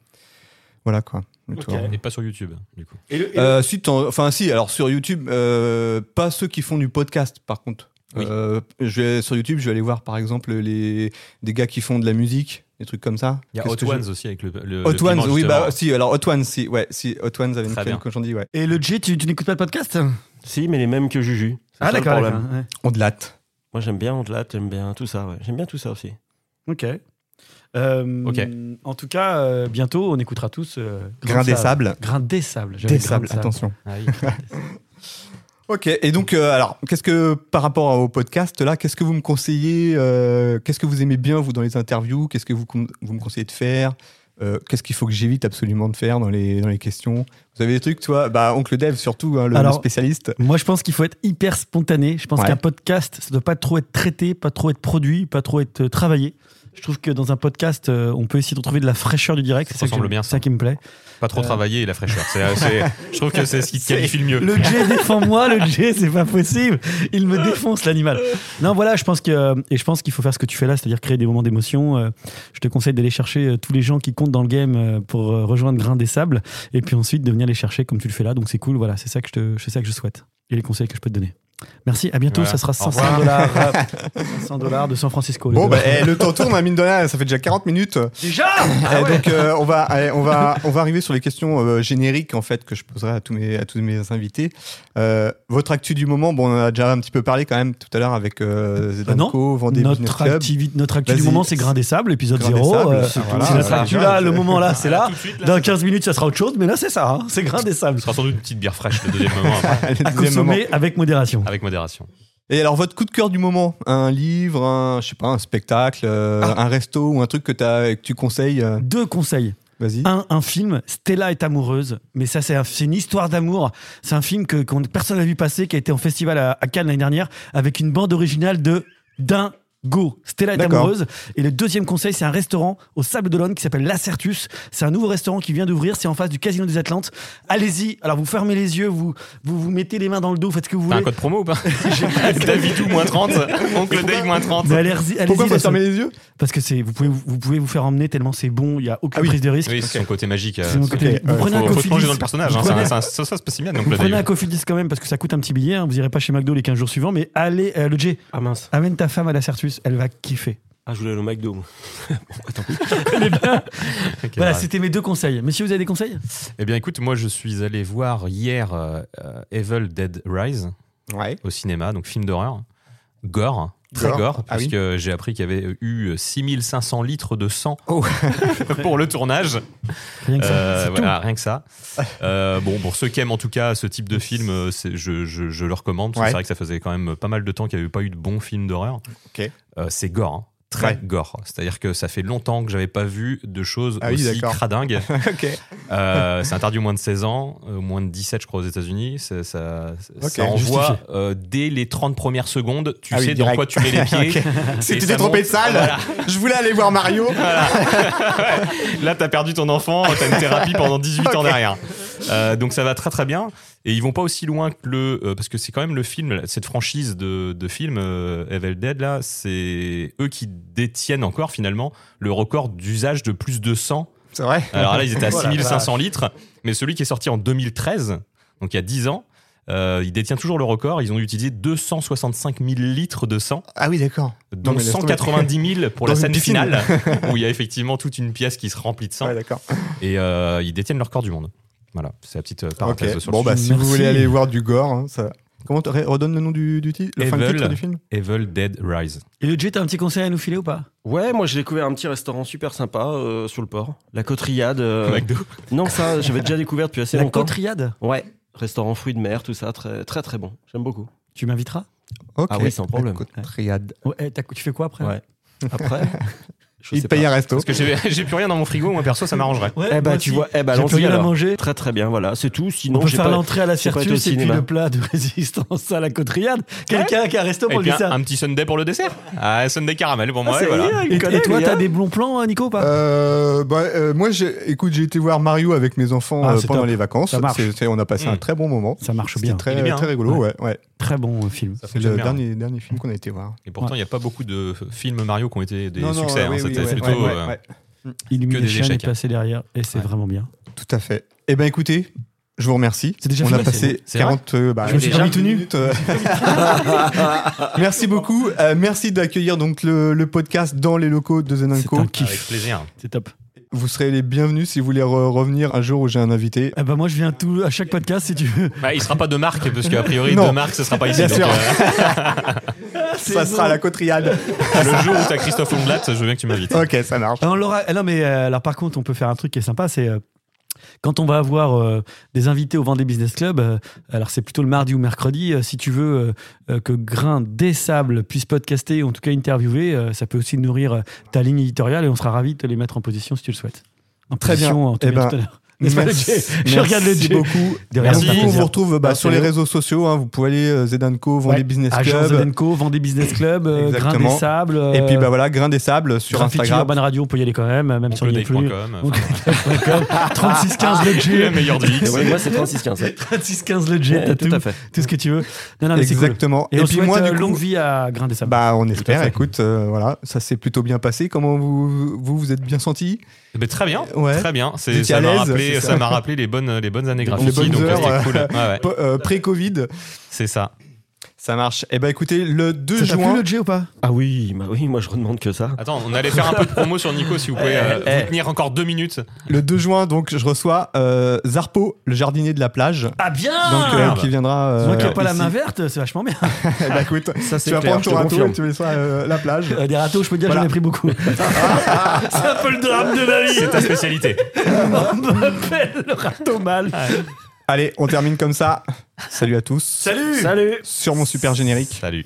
A: voilà quoi. le
C: Ok.
A: tour.
C: Et pas sur YouTube, du coup.
I: Et le- et le-
A: Euh, si, t'en- enfin si, alors sur YouTube, euh, pas ceux qui font du podcast par contre.
C: Oui.
A: Euh, je vais, sur YouTube, je vais aller voir par exemple les des gars qui font de la musique, des trucs comme ça.
C: Il y a
A: Qu'est-ce
C: Hot
A: que je-
C: Ones aussi avec le. le-
A: Hot
C: le
A: Ones,
C: piment,
A: oui,
C: justement.
A: bah si, alors Hot Ones, si, ouais, si, Hot Ones avait une
C: Très bien.
A: chronique aujourd'hui, ouais.
B: Et le J, tu, tu n'écoutes pas de podcast
D: Si, mais les mêmes que Juju. C'est ça le problème.
B: Ah, d'accord, ouais.
A: On de latte.
D: Moi, j'aime bien Ondelat, j'aime bien tout ça. ouais. J'aime bien tout ça aussi.
B: Ok. Euh,
C: Ok.
B: En tout cas, euh, bientôt, on écoutera tous euh,
A: Grain des
B: Sable.
A: sables.
B: Grain des sables. j'avais
A: Des
B: grain de
A: sables, attention.
C: Ah oui.
A: Ok, et donc, euh, alors, qu'est-ce que, par rapport au podcast, là, qu'est-ce que vous me conseillez euh, Qu'est-ce que vous aimez bien, vous, dans les interviews Qu'est-ce que vous, con- vous me conseillez de faire Euh, Qu'est-ce qu'il faut que j'évite absolument de faire dans les, dans les questions Vous avez des trucs, toi Bah, oncle Dev, surtout, hein, le,
B: Alors-
A: le spécialiste.
B: Moi, je pense qu'il faut être hyper spontané. Je pense
A: Ouais.
B: qu'un podcast, ça ne doit pas trop être traité, pas trop être produit, pas trop être euh, travaillé. Je trouve que dans un podcast, euh, on peut essayer de retrouver de la fraîcheur du direct.
C: Ça
B: C'est ça, que
C: ressemble
B: j'aime-
C: bien,
B: c'est
C: ça.
B: ça qui me plaît.
C: Pas trop
B: Euh.
C: travailler et la fraîcheur. C'est- c'est- je trouve que c'est ce qui te
B: C'est-
C: qualifie le mieux.
B: Le J défend-moi, le J, c'est pas possible. Il me défonce l'animal. Non, voilà, je pense que euh, et je pense qu'il faut faire ce que tu fais là, c'est-à-dire créer des moments d'émotion. Euh, Je te conseille d'aller chercher euh, tous les gens qui comptent dans le game euh, pour euh, rejoindre Grain des Sables et puis ensuite de venir les chercher comme tu le fais là. Donc c'est cool, voilà, c'est ça que je te- c'est ça que je souhaite et les conseils que je peux te donner. Merci, à bientôt,
C: Voilà.
B: ça sera
C: Au
B: 500 dollars, euh,
A: [laughs]
B: 500 dollars de San Francisco.
A: Bon,
B: Les
A: bah,
B: dollars.
A: eh, le temps tourne, hein, mine de rien, ça fait déjà 40 minutes.
I: Déjà
A: Eh, Donc, euh, on, va, eh, on, va, on va arriver sur les questions euh, génériques, en fait, que je poserai à tous mes, à tous mes invités. Euh, votre actu du moment, bon, on en a déjà un petit peu parlé quand même tout à l'heure avec euh, Zedanko, Vendée Business
B: notre,
A: Club.
B: activité, notre actu du
A: Vas-y.
B: moment, c'est Grain des Sables, épisode
A: Grain des
B: 0.
A: Sables,
B: euh,
A: c'est
B: C'est
A: tout. Voilà,
B: notre
A: voilà.
B: actu là, le moment là, c'est là.
I: Tout de suite, là.
B: Dans 15 minutes, ça sera autre chose, mais là, c'est ça, hein, c'est Grain des Sables.
C: Ce sera sans doute une petite bière fraîche le deuxième moment
A: Allez,
B: à
C: après,
A: deuxième moment.
B: consommer avec modération.
C: avec modération.
A: Et alors, votre coup de cœur du moment Un livre, un, je sais pas, un spectacle, euh, un resto ou un truc que, t'as- que tu conseilles euh,
B: Deux conseils.
A: Vas-y.
B: Un, un film, Stella est amoureuse, mais ça c'est un- c'est une histoire d'amour. C'est un film que qu'on- personne n'a vu passer, qui a été en festival à, à Cannes l'année dernière, avec une bande originale de Dingo. Stella est
A: D'accord.
B: amoureuse. Et le deuxième conseil, c'est un restaurant au Sable d'Olonne qui s'appelle Lacertus. C'est un nouveau restaurant qui vient d'ouvrir. C'est en face du Casino des Atlantes. Allez-y. Alors vous fermez les yeux, vous, vous vous mettez les mains dans le dos, faites ce que vous
C: T'as un
B: voulez.
C: code promo ou pas [laughs] Davidou moins 30, Oncle Dave moins 30.
B: Mais allez-y, allez-y,
A: Pourquoi faut
B: la-
A: se fermer les yeux
B: parce que c'est vous pouvez vous pouvez vous faire emmener tellement c'est bon, il y a aucune
A: Ah oui.
B: prise de risque.
C: Oui, c'est son côté magique. euh,
B: C'est mon
C: c'est-
B: côté- Vous
A: euh,
B: prenez un
C: faut, faut se
B: Cofidis.
C: plonger dans le personnage.
B: Vous
C: hein,
B: prenez-
C: c'est un- ça, ça se passe bien, donc
B: Vous
C: le
B: prenez un
C: Dave.
B: Cofidis quand même parce que ça coûte un petit billet. hein. Vous irez pas chez McDo les 15 jours suivants, mais allez, euh, le J,
D: Ah mince.
B: amène ta femme à la Certus, elle va kiffer.
D: Ah, je voulais le McDo. moi.
C: Ok,
B: voilà,
C: bravo.
B: c'était mes deux conseils. Monsieur, vous avez des conseils
C: Eh bien, écoute, moi, je suis allé voir hier euh, euh, Evil Dead Rise
A: Ouais.
C: au cinéma, donc film d'horreur, gore, très gore,
A: Gore. Ah
C: parce
A: oui.
C: que j'ai appris qu'il y avait eu 6500 litres de sang
A: Oh.
C: [laughs] pour le tournage.
B: Rien que ça.
C: Euh,
B: c'est
C: voilà, rien que ça. Euh, bon, pour ceux qui aiment en tout cas ce type de film, euh, c'est- je, je- je le recommande. parce que
A: Ouais.
C: C'est vrai que ça faisait quand même pas mal de temps qu'il n'y avait pas eu de bons films d'horreur.
A: Ok.
C: Euh, c'est gore. hein. Très
A: Ouais.
C: gore. C'est-à-dire que ça fait longtemps que j'avais pas vu de choses
A: Ah oui,
C: aussi
A: d'accord.
C: cradingues.
A: [laughs] ok.
C: Euh, c'est interdit au moins de 16 ans, euh, au moins de 17, je crois, aux États-Unis. Ça, ça,
A: Ok,
C: ça envoie euh, dès les 30 premières secondes. Tu
A: Ah oui,
C: sais dans
A: direct.
C: quoi tu
A: [laughs]
C: mets les pieds.
A: Ok.
C: Et
A: Si tu
C: ça
A: t'es trompé de
C: monte.
A: salle,
C: Voilà.
A: [laughs] je voulais aller voir Mario.
C: Là, t'as perdu ton enfant, t'as une thérapie pendant 18 ans
A: [laughs] Ok.
C: derrière. Euh, donc ça va très très bien. Et ils vont pas aussi loin que le. euh, parce que c'est quand même le film, cette franchise de, de films, euh, Evil Dead, là, c'est eux qui détiennent encore finalement le record d'usage de plus de sang.
A: C'est vrai.
C: Alors là, ils
A: [laughs]
C: étaient à
B: Oh la
C: 6500 litres, mais celui qui est sorti en 2013, donc il y a 10 ans, euh, il détient toujours le record. Ils ont utilisé 265 000 litres de sang
A: Ah oui, d'accord. Non,
C: dont
A: mais laisse tomber.
C: 190 000 pour la
A: Dans une
C: scène
A: piscine. [laughs]
C: finale, où il y a effectivement toute une pièce qui se remplit de sang.
A: Ouais, d'accord.
C: Et euh, ils détiennent le record du monde. Voilà, c'est la petite euh, parenthèse
A: Ok.
C: sur
A: Bon,
C: le
A: bah, si vous
B: Merci.
A: voulez aller voir du gore, hein, ça. Comment tu redonne le nom du, du titre Le fin de
C: Evil.
A: titre du film
C: sujet. Evil Dead Rise.
B: tout. Et le J, t'as un petit conseil à nous filer ou pas
D: Ouais, moi j'ai découvert un petit restaurant super sympa euh, sur le port. La Cotriade. [laughs] euh,
C: McDo.
D: Non, ça, j'avais déjà découvert depuis assez
B: C'est la
D: longtemps.
B: Cotriade.
D: Ouais, restaurant fruits de mer, tout ça, très très très bon. J'aime beaucoup.
B: Tu m'inviteras
A: Ok.
D: Ah oui, sans problème.
A: La Cotriade.
B: Ouais, eh, t'as- Tu fais quoi [laughs] après
D: Ouais. Après, je
A: Il te
D: sais
A: paye
D: pas.
A: un resto.
C: Parce que j'ai [laughs] j'ai plus rien dans mon frigo, moi perso,
A: [laughs]
C: ça m'arrangerait.
B: Ouais,
D: Eh
B: moi
D: bah
B: aussi.
D: tu vois, eh bah
B: ben, J'ai
D: allons-y,
B: plus rien à
D: alors.
B: manger.
D: Très très bien, voilà, c'est tout.
B: On
D: Sinon,
B: peut
D: j'ai
B: faire
D: pas.
B: l'entrée à la
D: j'ai pas été au
B: Certus et puis
D: cinéma.
B: le plat de [laughs] résistance à la Cotriade. Quelqu'un qui a un resto
C: Et
B: pour
C: puis
B: lui
C: un,
B: ça.
C: un petit Sunday pour le dessert. Ah, un Sunday caramel pour moi.
D: Ah,
C: ouais,
D: ça y est,
C: voilà.
D: il
B: Et, et
D: connaît,
B: toi,
D: le
B: t'as
D: gars.
B: des bons plans, hein, Nico, ou pas
A: Euh, bah, euh, moi, j'ai- écoute, j'ai été voir Mario avec mes enfants
B: Ah,
A: euh,
B: c'est
A: pendant
B: top.
A: les vacances.
B: Ça marche.
A: C'est- c'est- on a passé un
C: Mm.
A: très bon moment.
B: Ça marche
A: C'était
B: bien.
A: très,
C: Il est bien,
A: très
C: hein.
A: rigolo, ouais. ouais.
B: Très bon euh, film.
C: Ça
A: C'est
C: fonctionne
A: le
C: bien. hein.
A: dernier, dernier film qu'on a été voir.
C: Et pourtant, il n'y a pas beaucoup de films Mario qui ont été des
A: Non, non,
C: succès.
A: ouais,
C: hein.
A: oui,
C: C'était
A: oui, ouais,
C: plutôt
A: ouais,
C: euh,
A: ouais.
B: Illumination
C: échecs,
B: est passé derrière et c'est
C: Ouais.
B: vraiment bien.
A: Tout à fait. Eh ben écoutez, je vous remercie.
B: C'est déjà
A: On
B: fini,
A: a passé
C: c'est- c'est
A: 40 euh, bah,
B: Je me suis
A: déjà
B: permis tout nu.
A: minutes, euh. [laughs] merci beaucoup. Euh, merci d'accueillir donc le, le podcast dans les locaux de
B: C'est
A: Zenenco.
B: un
C: Avec
B: kiff.
C: plaisir.
B: C'est top.
A: Vous serez les bienvenus si vous voulez re- revenir un jour où j'ai un invité.
B: Eh ben moi, je viens tout, à chaque podcast si tu veux.
C: Bah, il sera pas de marque, parce qu'a priori,
A: Non.
C: de marque, ce sera pas ici.
A: Bien
C: donc,
A: sûr. [laughs]
C: euh,
A: Ça sera à la Cotriade.
C: le jour où t'as Christophe Ondelat, je veux bien que tu m'invites.
A: [laughs] ok, ça marche.
B: Ah, on l'aura- ah, non, mais euh, alors par contre, on peut faire un truc qui est sympa, c'est euh, quand on va avoir euh, des invités au Vendée Business Club, euh, alors c'est plutôt le mardi ou mercredi, euh, si tu veux euh, euh, que Grain des Sables puisse podcaster, ou en tout cas interviewer, euh, ça peut aussi nourrir euh, ta ligne éditoriale et on sera ravis de te les mettre en position si tu le souhaites. En
A: Très bien.
B: position, En tout
A: Eh
B: bien
A: ben,
B: tout
A: [laughs]
B: à l'heure. N'est-ce pas, Jay Je regarde le
A: merci
B: Jay.
A: beaucoup.
B: De rien,
A: Merci.
B: ça fait
A: On vous
B: plaisir.
A: retrouve bah,
B: Bah,
A: sur
B: c'est
A: les
B: le-
A: réseaux sociaux. hein. vous pouvez aller euh, Zedanco, Vendée
B: Ouais.
A: Business
B: Agence
A: Club.
B: Zedenco, Vendée Business Club, euh, Grain des
A: Exactement.
B: Sables.
A: Et puis
B: euh,
A: bah voilà, grain des sables sur
B: Graffiti
A: Instagram. bah,
B: Urban Radio, on peut y aller quand même, même si on n'y est plus.
C: Oncle-Dave.com,
B: Oncle-
C: enfin,
B: 3615 [laughs] le
C: Le
B: Jay.
C: meilleur du X.
D: Ouais, moi, [laughs] c'est 36-15. ouais.
B: 3615 le Jay,
D: Ouais,
B: t'as
D: tout à fait.
B: tout ce que tu veux. Non, non, mais c'est cool.
A: Exactement.
B: Et,
A: Et,
B: on euh,
A: puis moi, du coup,
B: longue vie à Grain des Sables.
A: bah on espère.
B: fait.
A: Écoute, euh, voilà, ça s'est plutôt bien passé. Comment vous vous vous êtes bien senti
C: Mais très bien,
A: Ouais.
C: très bien.
A: Vous
C: C'est,
A: étiez
C: ça,
A: à
C: m'a
A: l'aise,
C: rappelé,
A: c'est
C: ça.
A: ça.
C: m'a rappelé les bonnes, les bonnes années
A: Les
C: graphiques.
A: bonnes
C: donc
A: heures,
C: c'était
A: euh.
C: cool. Ouais, ouais,
A: P- euh, Pré-Covid,
C: c'est ça.
A: ça marche. Eh ben écoutez, le 2
B: Ça t'a
A: juin. Euh,
B: plu le Jay ou pas
D: Ah oui, bah oui, moi, je redemande que ça.
C: Attends, on allait faire un peu de promo sur Nico, si vous pouvez euh,
D: Eh, eh.
C: vous tenir encore deux minutes.
A: Le 2 juin, donc, je reçois euh, Zarpo, le jardinier de la plage, donc,
B: Ah bien
A: euh,
C: bah.
A: qui viendra. euh,
B: Moi qui n'ai pas la
A: ici.
B: main verte, c'est vachement bien.
A: Eh ben, écoute,
D: Ça, c'est
A: tu vas
D: clair,
A: prendre
D: je
A: ton
D: te
A: râteau
D: confirme.
A: et tu mets ça euh, à la
D: [laughs]
A: plage.
B: Euh, [laughs] Des râteaux, je peux te dire,
A: Voilà.
B: j'en ai pris beaucoup. c'est un peu le drame de
D: Ah
B: ma vie.
C: C'est ta spécialité.
B: On m'appelle le râteau mal.
A: Allez, on termine comme ça. Salut à tous.
B: Salut
A: Sur mon super générique.
C: Salut.